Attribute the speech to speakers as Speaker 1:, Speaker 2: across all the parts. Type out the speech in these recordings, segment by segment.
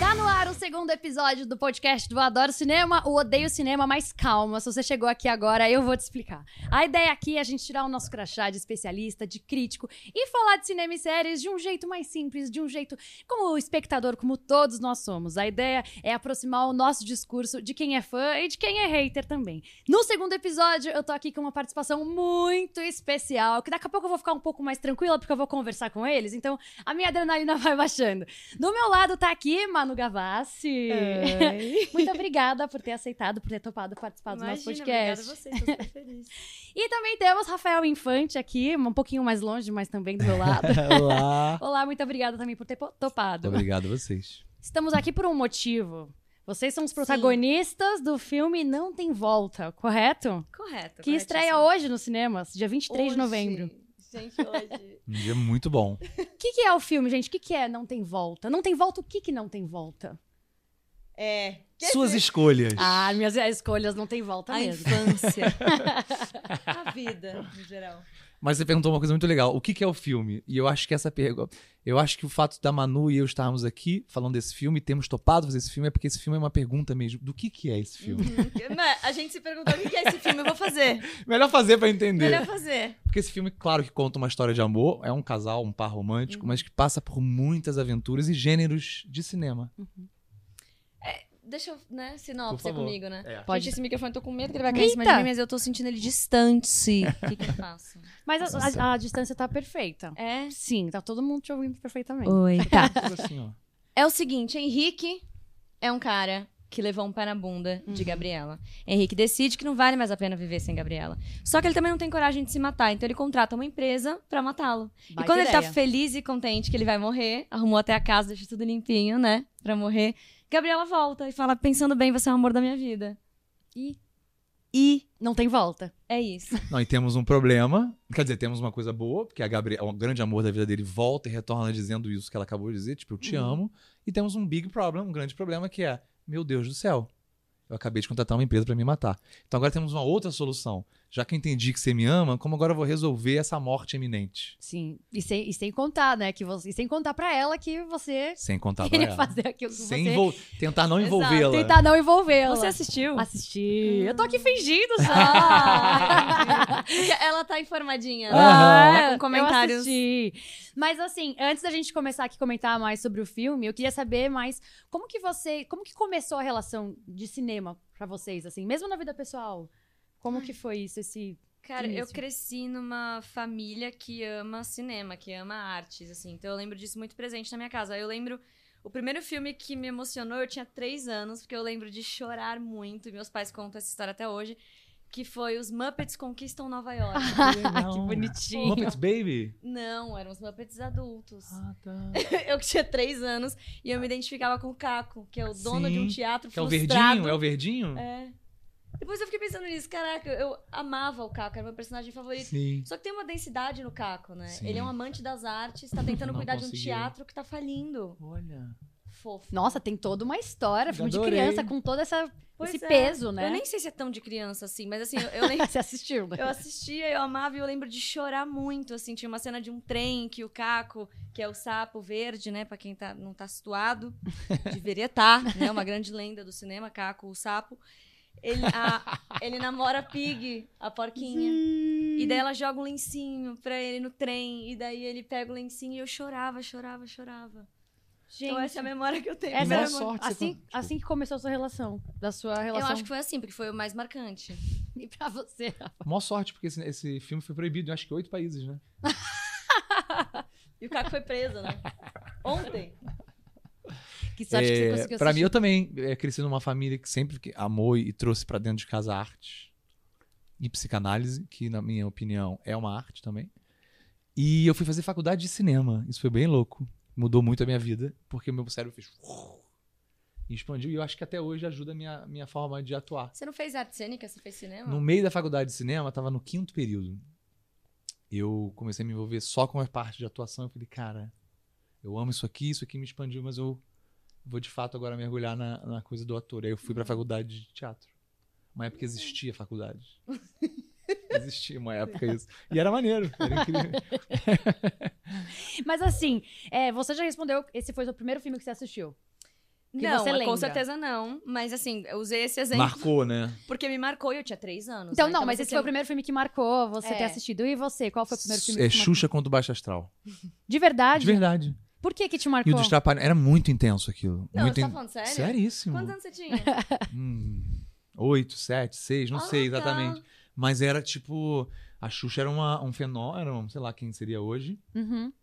Speaker 1: Tá segundo episódio do podcast do Adoro Cinema, o Odeio Cinema, mas calma, se você chegou aqui agora, eu vou te explicar. A ideia aqui é a gente tirar o nosso crachá de especialista, de crítico e falar de cinema e séries de um jeito mais simples, de um jeito como o espectador, como todos nós somos. A ideia é aproximar o nosso discurso de quem é fã e de quem é hater também. No segundo episódio, eu tô aqui com uma participação muito especial, que daqui a pouco eu vou ficar um pouco mais tranquila, porque eu vou conversar com eles, então a minha adrenalina vai baixando. Do meu lado tá aqui Manu Gavassi.
Speaker 2: Oi.
Speaker 1: Muito obrigada por ter aceitado, por ter topado participar do nosso
Speaker 2: É. Imagina,
Speaker 1: podcast.
Speaker 2: Obrigada a você, tô super feliz.
Speaker 1: E também temos Rafael Infante aqui, um pouquinho mais longe, mas também do meu lado.
Speaker 3: Olá.
Speaker 1: Olá, muito obrigada também por ter po-
Speaker 3: Muito
Speaker 1: topado.
Speaker 3: obrigado a vocês.
Speaker 1: Estamos aqui por um motivo. Vocês são os protagonistas do filme Não Tem Volta, correto?
Speaker 2: Correto. é
Speaker 1: Que estreia hoje nos cinemas, dia 23 de novembro.
Speaker 2: Gente, hoje.
Speaker 3: Um dia muito bom.
Speaker 1: O que, que é o filme, gente? O que, que é Não Tem Volta? Não Tem Volta, o que, que não tem volta?
Speaker 2: É.
Speaker 3: Suas escolhas.
Speaker 1: Ah, minhas escolhas não tem volta
Speaker 2: a
Speaker 1: mesmo.
Speaker 2: infância. a vida, no geral.
Speaker 3: Mas você perguntou uma coisa muito legal. O que, que é o filme? E eu acho que essa pergunta. Eu acho que o fato da Manu e eu estarmos aqui falando desse filme, termos topado fazer esse filme, é porque esse filme é uma pergunta mesmo. Do que, que é esse filme?
Speaker 2: Mas a gente se perguntou o que que é esse filme, eu vou fazer.
Speaker 3: Melhor fazer pra entender.
Speaker 2: Melhor fazer.
Speaker 3: Porque esse filme, claro que conta uma história de amor, é um casal, um par romântico, mas que passa por muitas aventuras e gêneros de cinema.
Speaker 2: Deixa eu, né, sinopse
Speaker 3: Por favor.
Speaker 2: comigo, né?
Speaker 3: É.
Speaker 1: Pode.
Speaker 2: Gente, esse microfone, tô com medo que ele vai cair em cima de
Speaker 1: Eita!
Speaker 2: mim, mas eu tô sentindo ele distante. O que que eu faço?
Speaker 1: Mas a, a- a distância tá perfeita.
Speaker 2: É?
Speaker 1: Sim, tá todo mundo te ouvindo perfeitamente.
Speaker 2: Oi, tá.
Speaker 3: Assim, ó.
Speaker 2: É o seguinte, Henrique é um cara que levou um pé na bunda de Gabriela. Henrique decide que não vale mais a pena viver sem Gabriela. Só que ele também não tem coragem de se matar, então ele contrata uma empresa pra matá-lo. E
Speaker 1: Baita
Speaker 2: quando ele tá
Speaker 1: ideia.
Speaker 2: feliz e contente que ele vai morrer, arrumou até a casa, deixou tudo limpinho, né, Pra morrer, Gabriela volta e fala: "Pensando bem, você é o amor da minha vida". E e
Speaker 1: Não tem volta.
Speaker 2: é isso.
Speaker 3: Não, e temos um problema. Quer dizer, temos uma coisa boa, porque a Gabriela, o grande amor da vida dele, volta e retorna dizendo isso que ela acabou de dizer, tipo, eu te amo. E temos um big problem, um grande problema, que é, meu Deus do céu, eu acabei de contratar uma empresa pra me matar. Então agora temos uma outra solução. Já que eu entendi que você me ama, como agora eu vou resolver essa morte iminente?
Speaker 1: Sim. E sem, e sem contar, né? Que você, e sem contar pra ela que você
Speaker 3: Sem contar pra
Speaker 1: queria
Speaker 3: ela.
Speaker 1: fazer aquilo que
Speaker 3: Ah, Sem
Speaker 1: você...
Speaker 3: envol- tentar não
Speaker 2: Exato,
Speaker 3: envolvê-la.
Speaker 1: Tentar não envolvê-la.
Speaker 2: Você assistiu? Hum.
Speaker 1: Assistir. Eu tô aqui fingindo só.
Speaker 2: Ah, porque ela tá informadinha, né?
Speaker 3: Aham.
Speaker 2: Tá com
Speaker 1: Eu
Speaker 2: comentários.
Speaker 1: assisti. Mas assim, antes da gente começar aqui a comentar mais sobre o filme, eu queria saber mais como que você, como que começou a relação de cinema pra vocês assim, mesmo na vida pessoal? Como que foi isso esse
Speaker 2: Cara, eu
Speaker 1: Início.
Speaker 2: cresci numa família que ama cinema, que ama artes, assim. Então eu lembro disso muito presente na minha casa. Eu lembro. O primeiro filme que me emocionou, eu tinha três anos, porque eu lembro de chorar muito, e meus pais contam essa história até hoje, que foi Os Muppets Conquistam Nova York.
Speaker 1: que bonitinho.
Speaker 3: Muppets Baby?
Speaker 2: Não, eram os Muppets adultos.
Speaker 3: Ah, tá.
Speaker 2: Eu que tinha três anos e eu me identificava com o Caco, que é o dono
Speaker 3: Sim,
Speaker 2: de um teatro
Speaker 3: Que é o
Speaker 2: frustrado.
Speaker 3: verdinho? É o verdinho?
Speaker 2: É. Depois eu fiquei pensando nisso, caraca, eu amava o Caco, era meu personagem favorito.
Speaker 3: Sim.
Speaker 2: Só que tem uma densidade no Caco, né?
Speaker 3: Sim.
Speaker 2: Ele é um amante das artes, tá tentando
Speaker 3: Não
Speaker 2: cuidar de um
Speaker 3: conseguiu.
Speaker 2: teatro que tá falindo.
Speaker 3: Olha.
Speaker 2: Fofo.
Speaker 1: Nossa, tem toda uma história, filme de
Speaker 3: Adorei.
Speaker 1: criança com todo essa,
Speaker 2: Pois
Speaker 1: esse
Speaker 2: é.
Speaker 1: peso, né?
Speaker 2: Eu nem sei se é tão de criança assim, mas assim, eu, eu lembro.
Speaker 1: Você assistiu, né?
Speaker 2: Eu assistia, eu amava e eu lembro de chorar muito, assim, tinha uma cena de um trem que o Caco, que é o sapo verde, né, Pra quem tá, não tá situado, deveria estar, né, uma grande lenda do cinema, Caco, o sapo, ele, a- ele namora a Pig, a
Speaker 1: um
Speaker 2: porquinha,
Speaker 3: Hum.
Speaker 2: e daí ela joga um lencinho pra ele no trem, e daí ele pega o lencinho e eu chorava, chorava, chorava. Então essa é a memória que eu tenho.
Speaker 1: Essa
Speaker 3: Boa
Speaker 1: era
Speaker 3: sorte, então, você
Speaker 1: assim,
Speaker 3: falou.
Speaker 1: assim que começou a sua relação, da sua
Speaker 2: Eu
Speaker 1: relação
Speaker 2: acho que foi assim, porque foi o mais marcante.
Speaker 1: e pra você.
Speaker 3: Mó sorte, porque esse, esse filme foi proibido em acho que oito países, né?
Speaker 2: E o Caco foi preso, né? Ontem.
Speaker 1: Que sorte que
Speaker 3: É,
Speaker 1: você conseguiu
Speaker 3: pra mim,
Speaker 1: assistir.
Speaker 3: eu também é, cresci numa família que sempre que amou e trouxe pra dentro de casa arte e psicanálise, que, na minha opinião, é uma arte também. E eu fui fazer faculdade de cinema. Isso foi bem louco. Mudou muito a minha vida, porque o meu cérebro fez. E expandiu, e eu acho que até hoje ajuda a minha, minha forma de atuar.
Speaker 2: Você não fez arte cênica? Você fez cinema?
Speaker 1: Ah.
Speaker 3: No meio da faculdade de cinema, eu tava no quinto período. Eu comecei a me envolver só com a parte de atuação. Eu falei, cara, eu amo isso aqui, isso aqui me expandiu, mas eu vou de fato agora mergulhar na, na coisa do ator. Aí eu fui pra
Speaker 1: Uhum.
Speaker 3: faculdade de teatro. Uma época existia faculdade. Existia uma época isso. E era maneiro. Era incrível.
Speaker 1: Mas assim, é, você já respondeu, esse foi o primeiro filme que você assistiu. Que
Speaker 2: não,
Speaker 1: você lembra.
Speaker 2: com certeza não. Mas assim, eu usei esse exemplo
Speaker 3: Marcou, né?
Speaker 2: porque me marcou e eu tinha três anos.
Speaker 1: Então,
Speaker 2: né?
Speaker 1: não, mas
Speaker 2: você
Speaker 1: esse foi o primeiro filme que marcou você
Speaker 2: É.
Speaker 1: ter assistido. E você? Qual foi o primeiro filme
Speaker 3: É
Speaker 1: que te marcou?
Speaker 3: Xuxa contra o Baixo Astral.
Speaker 1: De verdade?
Speaker 3: De verdade.
Speaker 1: Por que que te
Speaker 3: E
Speaker 1: marcou?
Speaker 3: o dos Trapalhões. Era muito intenso aquilo.
Speaker 2: Não,
Speaker 3: muito
Speaker 2: você tá
Speaker 3: in-
Speaker 2: falando sério?
Speaker 3: Seríssimo.
Speaker 2: Quantos anos você tinha?
Speaker 3: Hum, oito, sete, seis, não
Speaker 2: Ah,
Speaker 3: sei
Speaker 2: tá.
Speaker 3: exatamente. Mas era tipo. A Xuxa era uma- um fenômeno, sei lá quem seria hoje.
Speaker 1: Uhum.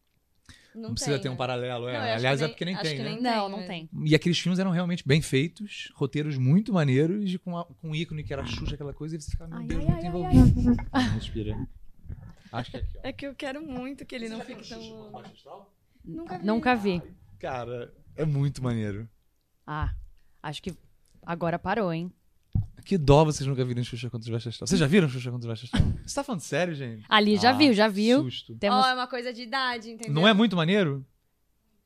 Speaker 2: Não,
Speaker 3: Não, precisa
Speaker 2: tem,
Speaker 3: ter um
Speaker 2: né?
Speaker 3: paralelo, é.
Speaker 2: Não, eu acho
Speaker 3: Aliás,
Speaker 2: que
Speaker 3: é porque nem
Speaker 2: acho
Speaker 3: tem,
Speaker 2: que
Speaker 3: né?
Speaker 2: nem
Speaker 1: Não,
Speaker 2: tem,
Speaker 1: não
Speaker 2: né?
Speaker 1: tem.
Speaker 3: E aqueles filmes eram realmente bem feitos, roteiros muito maneiros, e com, a- com o ícone que era a Xuxa, aquela coisa, e você ficava, meu
Speaker 1: Ai,
Speaker 3: Deus,
Speaker 1: ai,
Speaker 3: muito
Speaker 1: ai, ai,
Speaker 3: envolvido. Respira. Acho que é aqui, ó.
Speaker 2: É que eu quero muito que ele não fique
Speaker 3: Xuxa com
Speaker 2: tão.
Speaker 3: baixo astral?
Speaker 2: Nunca vi.
Speaker 1: Nunca vi.
Speaker 3: Cara, é muito maneiro.
Speaker 1: Ah, acho que agora parou, hein?
Speaker 3: Que dó vocês nunca viram Xuxa contra os Baixo Astral. Vocês já viram Xuxa contra os Baixo Astral? Você tá falando sério, gente?
Speaker 1: Ali já
Speaker 3: Ah,
Speaker 1: viu, já viu.
Speaker 3: Susto.
Speaker 1: Temos...
Speaker 2: Ó, é uma coisa de idade, entendeu?
Speaker 3: Não é muito maneiro?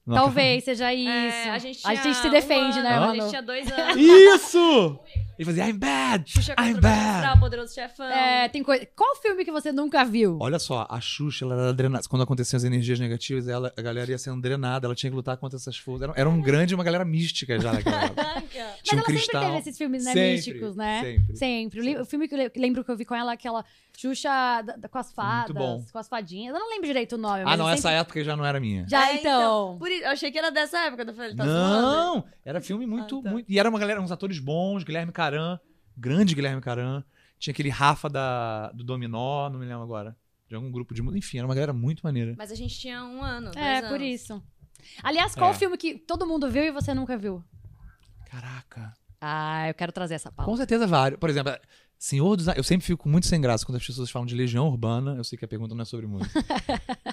Speaker 3: Não,
Speaker 1: Talvez seja isso.
Speaker 2: É, a, gente
Speaker 1: a
Speaker 2: tinha
Speaker 1: gente se
Speaker 2: um
Speaker 1: defende,
Speaker 2: ano,
Speaker 1: né,
Speaker 3: Hã?
Speaker 2: A gente
Speaker 1: mano?
Speaker 2: tinha dois
Speaker 3: cara.
Speaker 2: anos.
Speaker 3: Isso! Ele fazia, I'm bad!
Speaker 2: Xuxa contra
Speaker 3: I'm
Speaker 2: o Baixo Astral,
Speaker 3: bad!
Speaker 2: Poderoso Chefão.
Speaker 1: É, tem coisa. Qual filme que você nunca viu?
Speaker 3: Olha só, a Xuxa, ela era drenada. Quando aconteciam as energias negativas, ela, a galera ia sendo drenada, ela tinha que lutar contra essas forças. Era, era um grande e uma galera mística já naquela época.
Speaker 2: Caraca.
Speaker 1: Mas
Speaker 3: Tinha um
Speaker 1: ela
Speaker 3: cristal.
Speaker 1: sempre teve esses filmes, né,
Speaker 3: Sempre,
Speaker 1: místicos, né?
Speaker 3: Sempre.
Speaker 1: Sempre. O li- O filme que eu le- lembro que eu vi com ela, aquela Xuxa da- da- com as fadas,
Speaker 3: bom.
Speaker 1: com as fadinhas. Eu não lembro direito o nome.
Speaker 3: Ah,
Speaker 1: mas
Speaker 3: não,
Speaker 1: eu
Speaker 3: essa
Speaker 1: sempre...
Speaker 3: época já não era minha.
Speaker 1: Já,
Speaker 2: É,
Speaker 1: então.
Speaker 2: Por isso, eu achei que era dessa época. Eu falei, tá zoando?
Speaker 3: Não, era filme muito,
Speaker 2: Ah, tá.
Speaker 3: muito. E era uma galera, uns atores bons, Guilherme Caran, grande Guilherme Caran. Tinha aquele Rafa da, do Dominó, não me lembro agora. De algum grupo de. mu- Enfim, era uma galera muito maneira.
Speaker 2: Mas a gente tinha um ano, dois
Speaker 1: É,
Speaker 2: anos.
Speaker 1: por isso. Aliás, qual
Speaker 3: É.
Speaker 1: filme que todo mundo viu e você nunca viu?
Speaker 3: Caraca.
Speaker 1: Ah, eu quero trazer essa pauta.
Speaker 3: Com certeza vários. Por exemplo, Senhor dos. Eu sempre fico muito sem graça quando as pessoas falam de Legião Urbana. Eu sei que a pergunta não é sobre música.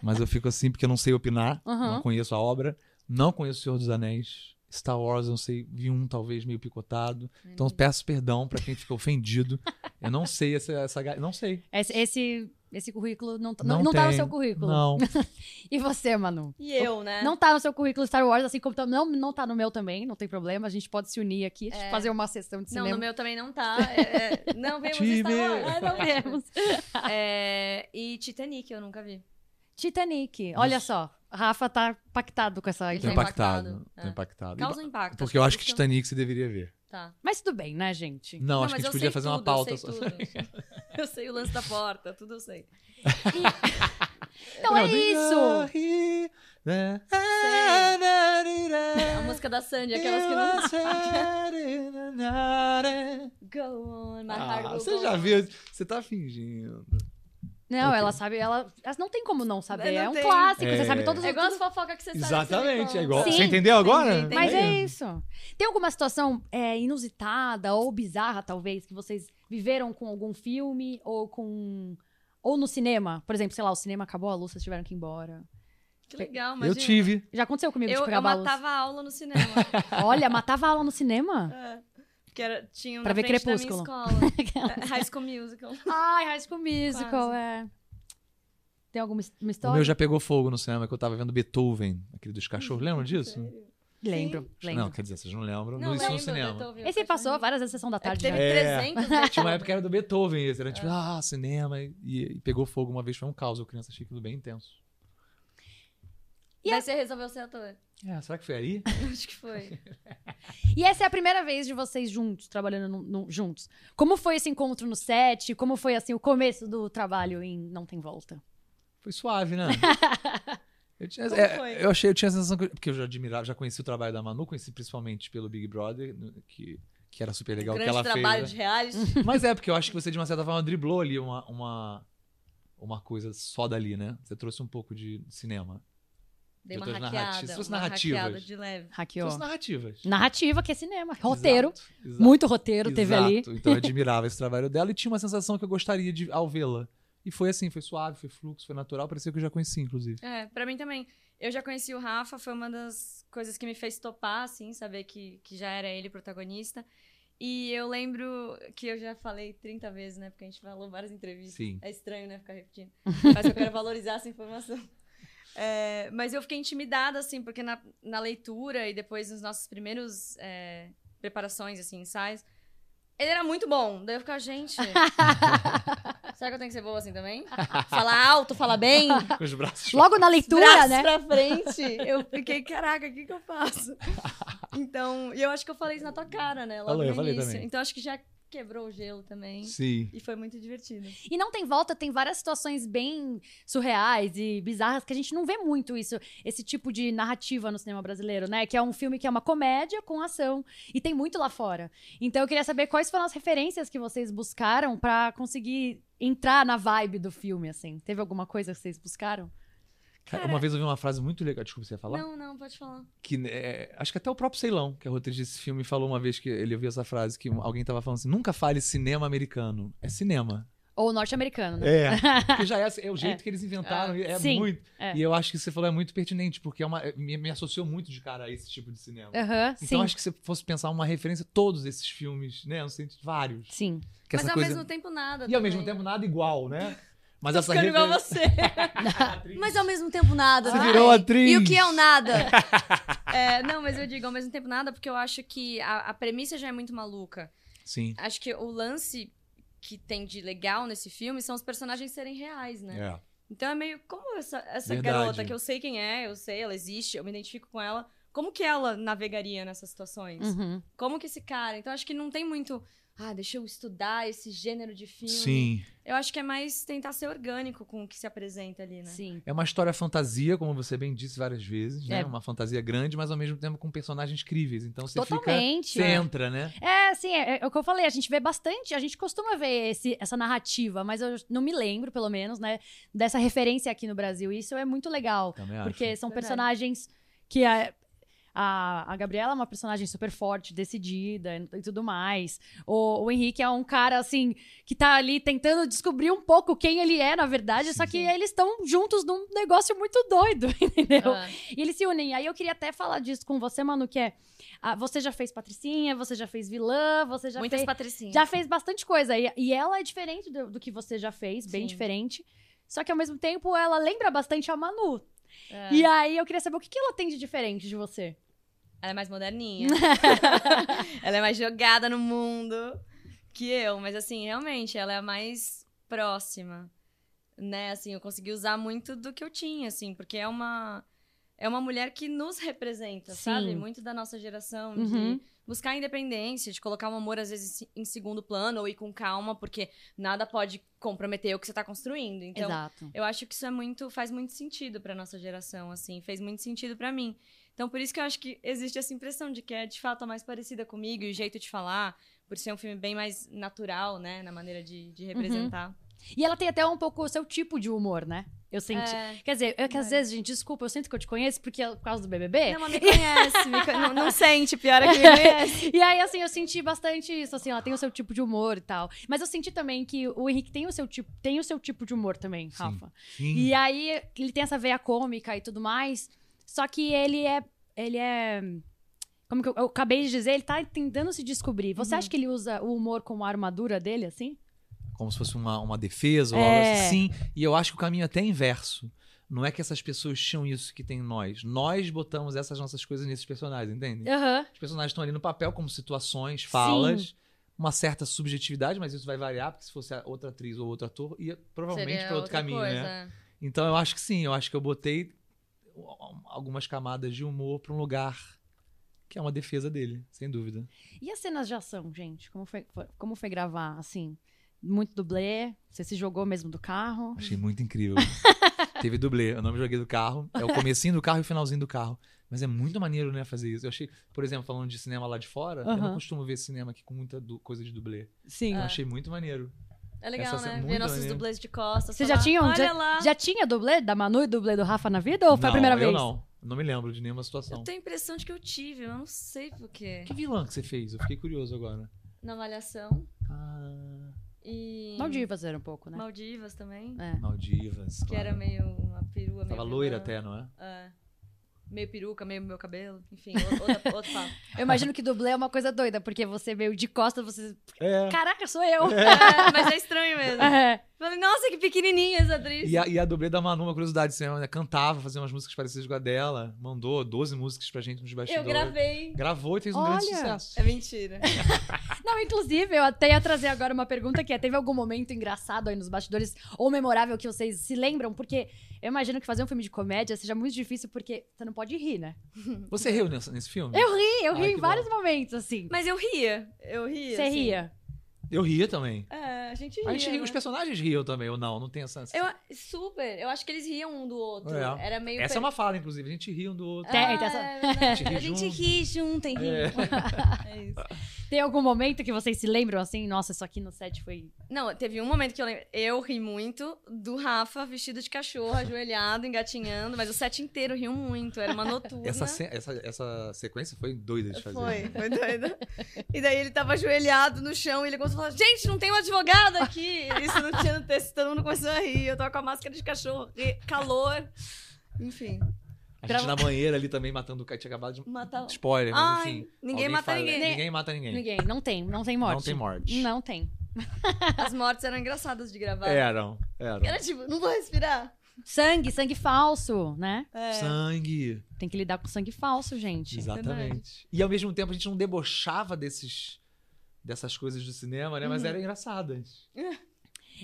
Speaker 3: mas eu fico assim porque eu não sei opinar,
Speaker 1: Aham.
Speaker 3: não conheço a obra, não conheço Senhor dos Anéis. Star Wars, eu não sei, vi um talvez meio picotado. Então
Speaker 2: Uhum.
Speaker 3: peço perdão pra quem ficou ofendido. Eu não sei essa, essa ga- não sei.
Speaker 1: Esse, esse, esse currículo não, tá-
Speaker 3: Não
Speaker 1: não, não tá no
Speaker 3: tem.
Speaker 1: seu currículo.
Speaker 3: Não.
Speaker 1: E você, Manu?
Speaker 2: E eu, né?
Speaker 1: Não tá no seu currículo Star Wars, assim como tam- não, não tá no meu também, não tem problema. A gente pode se unir aqui,
Speaker 2: É.
Speaker 1: fazer uma sessão de
Speaker 2: Não,
Speaker 1: cinema.
Speaker 2: no meu também não tá. É, é, não vemos
Speaker 3: Te
Speaker 2: Star Wars.
Speaker 1: Ah, não vemos.
Speaker 2: É, e Titanic eu nunca vi.
Speaker 1: Titanic, olha só. Rafa tá pactado com essa
Speaker 2: Ele
Speaker 3: Tô
Speaker 1: ideia.
Speaker 2: tá
Speaker 3: impactado.
Speaker 2: impactado.
Speaker 3: Tô
Speaker 2: É.
Speaker 3: impactado.
Speaker 2: Causa um impacto.
Speaker 3: Porque eu acho que
Speaker 2: isso-
Speaker 3: Titanic você deveria ver.
Speaker 2: Tá.
Speaker 1: Mas tudo bem, né, gente?
Speaker 3: Não, acho que a
Speaker 2: mas eu
Speaker 3: gente podia
Speaker 2: sei
Speaker 3: fazer uma
Speaker 2: tudo, eu
Speaker 3: pauta.
Speaker 2: sei tudo. Eu sei o lance da porta, tudo eu sei.
Speaker 1: Então é isso.
Speaker 3: né? Ah!
Speaker 2: A música da Sandy, aquelas que não...
Speaker 3: né,
Speaker 2: Go on, my heart
Speaker 3: Ah,
Speaker 2: will
Speaker 3: você
Speaker 2: go
Speaker 3: já
Speaker 2: on.
Speaker 3: viu? Você tá fingindo.
Speaker 1: Não,
Speaker 3: Ok.
Speaker 1: ela sabe, ela, ela não tem como não saber.
Speaker 2: Não
Speaker 1: é um
Speaker 2: tem.
Speaker 1: clássico, você
Speaker 3: É.
Speaker 1: sabe todos
Speaker 2: É
Speaker 1: os
Speaker 2: igual as fofocas que você sabe. que
Speaker 3: Exatamente,
Speaker 2: você
Speaker 3: é igual.
Speaker 2: conta.
Speaker 1: Sim.
Speaker 3: Você entendeu agora?
Speaker 2: entendi.
Speaker 1: Mas é
Speaker 2: Entendi.
Speaker 1: isso. Tem alguma situação é, inusitada ou bizarra, talvez, que vocês viveram com algum filme ou com. Ou no cinema? Por exemplo, sei lá, o cinema acabou a luz, vocês tiveram que ir embora.
Speaker 2: Que legal,
Speaker 3: Eu
Speaker 2: imagina.
Speaker 3: tive.
Speaker 1: Já aconteceu comigo de
Speaker 2: Eu,
Speaker 1: pegar
Speaker 2: eu
Speaker 1: a luz?
Speaker 2: matava a aula no cinema.
Speaker 1: Olha, matava aula no cinema?
Speaker 2: É, Porque era, tinha um
Speaker 1: Pra
Speaker 2: na
Speaker 1: ver
Speaker 2: frente
Speaker 1: Crepúsculo.
Speaker 2: da minha escola. É, High School Musical.
Speaker 1: Ai, High School Musical,
Speaker 2: Quase.
Speaker 1: é. Tem alguma his- uma
Speaker 3: O
Speaker 1: história?
Speaker 3: meu já pegou fogo no cinema, que eu tava vendo Beethoven, aquele dos cachorros. Lembram disso?
Speaker 1: Lembro, lembro.
Speaker 3: Não, quer dizer, vocês não lembram.
Speaker 2: Não,
Speaker 3: Não, isso
Speaker 2: lembro,
Speaker 3: no cinema.
Speaker 2: Beethoven, eu
Speaker 1: Esse
Speaker 2: acho
Speaker 1: passou
Speaker 2: lindo.
Speaker 1: várias vezes sessão da
Speaker 2: É que
Speaker 1: tarde,
Speaker 2: teve
Speaker 1: né?
Speaker 3: É.
Speaker 2: 300 né?
Speaker 3: Tinha uma época que era do Beethoven, esse era
Speaker 2: É.
Speaker 3: tipo, ah, cinema, e, e pegou fogo uma vez, foi um caos, eu criança achei aquilo bem intenso.
Speaker 1: E
Speaker 2: Daí você resolveu ser ator.
Speaker 3: É, será que foi aí?
Speaker 2: Acho que foi.
Speaker 1: E essa é a primeira vez de vocês juntos, trabalhando num- num- juntos. Como foi esse encontro no set? Como foi, assim, o começo do trabalho em Não Tem Volta?
Speaker 3: Foi suave, né? Eu, tinha,
Speaker 2: Como
Speaker 3: é,
Speaker 2: foi?
Speaker 3: eu achei, eu tinha a sensação que. Porque eu já admirava, já conheci o trabalho da Manu, conheci principalmente pelo Big Brother, no- que, que era super legal o que
Speaker 2: Grande
Speaker 3: ela
Speaker 2: trabalho
Speaker 3: fez.
Speaker 2: de
Speaker 3: né?
Speaker 2: reality.
Speaker 3: Mas é, porque eu acho que você, de uma certa forma, driblou ali uma, uma, uma coisa só dali, né? Você trouxe um pouco de cinema.
Speaker 2: Dei uma
Speaker 3: outras
Speaker 2: hackeada.
Speaker 3: narrativas. Se fosse
Speaker 2: uma
Speaker 3: narrativas.
Speaker 2: hackeada de leve.
Speaker 3: Trouxe
Speaker 1: Hackeou.
Speaker 3: narrativas.
Speaker 1: Narrativa, que é cinema. Roteiro.
Speaker 3: Exato, exato.
Speaker 1: Muito roteiro teve ali.
Speaker 3: Exato. Então eu admirava esse trabalho dela e tinha uma sensação que eu gostaria de ao vê-la. E foi assim, foi suave, foi fluxo, foi natural, parecia que eu já conheci, inclusive.
Speaker 2: É, pra mim também. Eu já conheci o Rafa, foi uma das coisas que me fez topar, assim, saber que, que já era ele o protagonista. E eu lembro que eu já falei 30 vezes, né? Porque a gente falou várias entrevistas.
Speaker 3: Sim.
Speaker 2: É estranho, né? Ficar repetindo. Mas eu quero valorizar essa informação. É, mas eu fiquei intimidada, assim, porque na, na leitura e depois nos nossos primeiros é, preparações, assim, ensaios, ele era muito bom. Daí eu ficava, gente. será que eu tenho que ser boa assim também? Falar alto, falar bem?
Speaker 3: Com os braços.
Speaker 1: Logo na leitura,
Speaker 2: braços
Speaker 1: né?
Speaker 2: pra frente. Eu fiquei, caraca, o que, que eu faço? Então, e eu acho que eu falei isso na tua cara, né? Logo
Speaker 3: Falou, eu
Speaker 2: no
Speaker 3: falei
Speaker 2: início.
Speaker 3: também.
Speaker 2: Então, acho que já quebrou o gelo também.
Speaker 3: Sim.
Speaker 2: E foi muito divertido.
Speaker 1: E não tem volta, tem várias situações bem surreais e bizarras que a gente não vê muito isso, esse tipo de narrativa no cinema brasileiro, né? Que é um filme que é uma comédia com ação e tem muito lá fora. Então eu queria saber quais foram as referências que vocês buscaram pra conseguir entrar na vibe do filme, assim. Teve alguma coisa que vocês buscaram?
Speaker 3: Cara,
Speaker 2: Cara-
Speaker 3: uma vez eu vi uma frase muito legal, desculpa, você ia falar?
Speaker 2: Não, não, pode falar.
Speaker 3: que é, acho que até o próprio Ceilão, que é o roteirista desse filme, falou uma vez que ele ouviu essa frase que alguém tava falando assim: nunca fale cinema americano, é cinema.
Speaker 1: Ou norte-americano, né?
Speaker 3: É. Porque já é, é o jeito que eles
Speaker 2: Ah,
Speaker 3: inventaram, e é
Speaker 1: Sim,
Speaker 3: muito.
Speaker 1: é.
Speaker 3: E eu acho que você falou é muito pertinente, porque é uma, me, me associou muito de cara a esse tipo de cinema.
Speaker 2: É,
Speaker 1: Aham, sim.
Speaker 3: Então acho que se eu fosse pensar uma referência, todos esses filmes, né? Eu sei, vários.
Speaker 1: Sim.
Speaker 3: Que
Speaker 2: Mas
Speaker 3: essa
Speaker 2: ao
Speaker 3: coisa...
Speaker 2: mesmo tempo nada.
Speaker 3: E ao mesmo
Speaker 2: também.
Speaker 3: tempo nada igual, né? Mas
Speaker 2: Tô
Speaker 3: essa
Speaker 2: ficando igual a
Speaker 3: referência-
Speaker 2: você. Mas ao mesmo tempo nada.
Speaker 1: Você
Speaker 2: também.
Speaker 3: virou atriz.
Speaker 2: E o que é o nada? É, não, mas eu digo ao mesmo tempo nada, porque eu acho que a, a premissa já é muito maluca.
Speaker 3: Sim.
Speaker 2: Acho que o lance que tem de legal nesse filme são os personagens serem reais, né?
Speaker 3: É.
Speaker 2: Então é meio como essa, essa
Speaker 3: Verdade.
Speaker 2: garota que eu sei quem é, eu sei, ela existe, eu me identifico com ela. Como que ela navegaria nessas
Speaker 3: é
Speaker 2: situações?
Speaker 1: Uhum.
Speaker 3: né?
Speaker 2: Como que esse cara? Então acho que não tem muito. Ah, deixa eu estudar esse gênero de filme.
Speaker 3: Sim.
Speaker 2: Eu acho que é mais tentar ser orgânico com o que se apresenta ali, né?
Speaker 1: Sim.
Speaker 3: É uma história fantasia, como você bem disse várias vezes, né?
Speaker 1: É.
Speaker 3: Uma fantasia grande, mas ao mesmo tempo com personagens críveis. Então você fica.
Speaker 1: Totalmente.
Speaker 3: Você entra, né?
Speaker 1: É, assim, é, é o que eu falei, a gente vê bastante, a gente costuma ver esse- essa narrativa, mas eu não me lembro, pelo menos, né, dessa referência aqui no Brasil. E isso é muito legal,
Speaker 3: Também acho.
Speaker 1: porque são
Speaker 2: Verdade.
Speaker 1: personagens que a, a, a Gabriela é uma personagem super forte, decidida e, e tudo mais. O, o Henrique é um cara, assim, que tá ali tentando descobrir um pouco quem ele é, na verdade, só que
Speaker 2: Sim.
Speaker 1: eles estão juntos num negócio muito doido, entendeu?
Speaker 2: Ah,
Speaker 1: E eles se unem. Aí eu queria até falar disso com você, Manu, que é. ah, você já fez Patricinha, você já fez vilã, você já
Speaker 2: muitas
Speaker 1: fez.
Speaker 2: patricinhas.
Speaker 1: Já fez bastante coisa. E, e ela é diferente do, do que você já fez, bem
Speaker 2: Sim.
Speaker 1: diferente. Só que ao mesmo tempo ela lembra bastante a Manu.
Speaker 2: É.
Speaker 1: E aí eu queria saber o que, que ela tem de diferente de você.
Speaker 2: Ela é mais moderninha. ela é mais jogada no mundo que eu. Mas, assim, realmente, ela é a mais próxima. Né? Assim, eu consegui usar muito do que eu tinha, assim. Porque é uma... É uma mulher que nos representa,
Speaker 1: Sim.
Speaker 2: sabe? Muito da nossa geração,
Speaker 1: Uhum.
Speaker 2: de buscar a independência, de colocar o amor, às vezes, em segundo plano, ou ir com calma, porque nada pode comprometer o que você tá construindo. Então,
Speaker 1: Exato.
Speaker 2: eu acho que isso é muito, faz muito sentido pra nossa geração, assim, fez muito sentido pra mim. Então, por isso que eu acho que existe essa impressão de que é de fato a mais parecida comigo e o jeito de falar, por ser um filme bem mais natural, né, na maneira de, de representar.
Speaker 1: E ela tem até um pouco o seu tipo de humor, né? Eu senti.
Speaker 2: É.
Speaker 1: Quer dizer, é que às
Speaker 2: Verdade.
Speaker 1: vezes, gente, desculpa, eu sinto que eu te conheço porque é por causa do BBB.
Speaker 2: Não, mas me conhece, me con- não, não sente, pior é que me conhece.
Speaker 1: E aí, assim, eu senti bastante isso, assim, ela tem o seu tipo de humor e tal. Mas eu senti também que o Henrique tem o seu tipo, tem o seu tipo de humor também,
Speaker 3: Sim.
Speaker 1: Rafa.
Speaker 3: Sim.
Speaker 1: E aí, ele tem essa veia cômica e tudo mais. Só que ele é. Ele é. Como que eu, eu acabei de dizer, ele tá tentando se descobrir. Você acha que ele usa o humor como a armadura dele, assim?
Speaker 3: Como se fosse uma, uma defesa ou
Speaker 1: É.
Speaker 3: algo assim. E eu acho que o caminho é até inverso. Não é que essas pessoas tinham isso que tem em nós. Nós botamos essas nossas coisas nesses personagens, entende?
Speaker 1: Aham.
Speaker 3: Os personagens estão ali no papel como situações, falas, uma certa subjetividade, mas isso vai variar, porque se fosse a outra atriz ou outro ator, ia provavelmente para outro caminho, né? Então eu acho que sim, eu acho que eu botei algumas camadas de humor pra um lugar que é uma defesa dele, sem dúvida.
Speaker 1: E as cenas de ação, gente? Como foi, foi- como foi gravar, assim? Muito dublê? Você se jogou mesmo do carro?
Speaker 3: Achei muito incrível. Teve dublê, eu não me joguei do carro, é o comecinho do carro e o finalzinho do carro. Mas é muito maneiro, né, fazer isso. Eu achei, por exemplo, falando de cinema lá de fora, eu
Speaker 1: Aham.
Speaker 3: não costumo ver cinema aqui com muita du- coisa de dublê. Então,
Speaker 1: Sim.
Speaker 3: Eu achei muito maneiro.
Speaker 2: É legal,
Speaker 3: Essa é
Speaker 2: né? Ver
Speaker 3: muito
Speaker 2: nossos
Speaker 3: maneiro.
Speaker 2: dublês de costas.
Speaker 1: Vocês
Speaker 2: falar,
Speaker 1: já tinham?
Speaker 2: Olha
Speaker 1: Já-
Speaker 2: lá.
Speaker 1: Já tinha dublê da Manu e dublê do Rafa na vida ou foi
Speaker 3: não,
Speaker 1: a primeira
Speaker 3: eu
Speaker 1: vez?
Speaker 3: não. Não me lembro de nenhuma situação.
Speaker 2: Eu tenho a impressão de que eu tive, eu não sei porquê.
Speaker 3: Que vilã que você fez? Eu fiquei curioso agora.
Speaker 2: Na Malhação
Speaker 3: Ah,
Speaker 2: e...
Speaker 1: Maldivas era um pouco, né?
Speaker 2: Maldivas também.
Speaker 1: É.
Speaker 3: Maldivas.
Speaker 2: Que era
Speaker 3: claro.
Speaker 2: meio uma perua, meio
Speaker 3: Tava loira
Speaker 2: vilã.
Speaker 3: até, não é?
Speaker 2: É. Meio peruca, meio meu cabelo. Enfim, o- outra, outro papo.
Speaker 1: Eu imagino que dublê é uma coisa doida, porque você veio de costas, você.
Speaker 3: É.
Speaker 1: Caraca, sou eu!
Speaker 2: É, mas é estranho mesmo.
Speaker 1: É.
Speaker 2: Falei, nossa, que pequenininha essa atriz.
Speaker 3: E a, e a dublê da Manu, uma curiosidade, você ela cantava, fazia umas músicas parecidas com a dela, mandou 12 músicas pra gente nos
Speaker 2: Eu
Speaker 3: bastidores.
Speaker 2: gravei.
Speaker 3: Gravou e fez um
Speaker 1: Olha!
Speaker 3: grande sucesso.
Speaker 2: É mentira.
Speaker 1: Não, inclusive, eu até ia trazer agora uma pergunta que é: teve algum momento engraçado aí nos bastidores ou memorável que vocês se lembram? Porque eu imagino que fazer um filme de comédia seja muito difícil porque você não pode rir, né?
Speaker 3: Você riu nesse, nesse filme?
Speaker 1: Eu ri, eu
Speaker 3: Ah,
Speaker 1: ri
Speaker 3: que
Speaker 1: em vários momentos, assim.
Speaker 2: Mas eu ria. Eu ria.
Speaker 1: Você
Speaker 2: assim.
Speaker 1: ria.
Speaker 3: Eu ria também.
Speaker 2: É, a gente ria.
Speaker 3: A gente ria,
Speaker 2: né?
Speaker 3: os personagens riam também, ou não, não tem essa. Essa
Speaker 2: eu, super. Eu acho que eles riam um do outro.
Speaker 3: É.
Speaker 2: Era meio.
Speaker 3: é uma fala, inclusive. A gente ria um do outro.
Speaker 1: Tem,
Speaker 2: Ah,
Speaker 1: tem essa-
Speaker 2: é verdade.
Speaker 3: A
Speaker 2: a
Speaker 3: gente
Speaker 2: gente
Speaker 3: junto.
Speaker 2: ri junto, hein?
Speaker 3: É.
Speaker 2: É isso.
Speaker 1: Tem algum momento que vocês se lembram assim? Nossa, isso aqui no set foi.
Speaker 2: Não, teve um momento que eu lembro. Eu ri muito do Rafa vestido de cachorro, ajoelhado, engatinhando, mas o set inteiro riu muito. Era uma noturna.
Speaker 3: Essa, se- essa, essa sequência foi doida de fazer.
Speaker 2: uhum. Foi, foi doido. E daí ele tava ajoelhado no chão e ele começou a falar: Gente, não tem um advogado aqui! Isso não tinha no texto, todo mundo começou a rir. Eu tava com a máscara de cachorro, ri- calor. Enfim,
Speaker 3: A gente na banheira ali também matando o cara. Tinha acabado de.
Speaker 2: matar.
Speaker 3: Spoiler, mas
Speaker 2: Ai,
Speaker 3: enfim.
Speaker 2: ninguém
Speaker 3: alguém
Speaker 2: mata
Speaker 3: fala-
Speaker 2: ninguém.
Speaker 3: Ninguém mata ninguém.
Speaker 1: Ninguém, não tem, não tem morte.
Speaker 3: Não tem morte.
Speaker 1: Não tem.
Speaker 2: As mortes eram engraçadas de gravar.
Speaker 3: Eram, eram.
Speaker 2: Era tipo, não vou respirar.
Speaker 1: Sangue, sangue falso, né?
Speaker 2: É.
Speaker 3: Sangue.
Speaker 1: Tem que lidar com sangue falso, gente.
Speaker 3: Exatamente. E ao mesmo tempo a gente não debochava desses, dessas coisas do cinema, né? Mas eram engraçadas.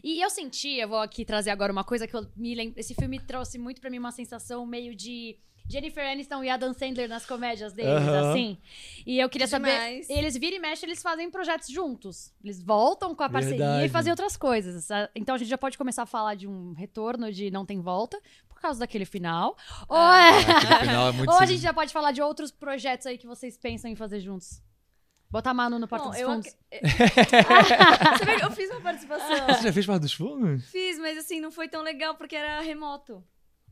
Speaker 1: E eu senti, eu vou aqui trazer agora uma coisa que eu me lembro. Esse filme trouxe muito pra mim uma sensação meio de Jennifer Aniston e Adam Sandler nas comédias deles,
Speaker 3: Aham.
Speaker 1: assim. E eu queria
Speaker 2: Demais.
Speaker 1: saber. É. Eles viram e mexem, eles fazem projetos juntos. Eles voltam com a parceria e
Speaker 3: Verdade.
Speaker 1: fazem outras coisas. Ah, Então a gente já pode começar a falar de um retorno de Não Tem Volta, por causa daquele final. Ou,
Speaker 2: Ah,
Speaker 1: é-
Speaker 3: Aquele final é muito
Speaker 1: ou a
Speaker 3: sinistro.
Speaker 1: gente já pode falar de outros projetos aí que vocês pensam em fazer juntos. Botar a Manu no Porta
Speaker 2: Bom,
Speaker 1: dos
Speaker 2: eu,
Speaker 1: Fundos.
Speaker 2: ac- Você vê que eu fiz uma participação.
Speaker 3: Você já fez parte dos filmes?
Speaker 2: Fiz, mas assim, não foi tão legal porque era remoto.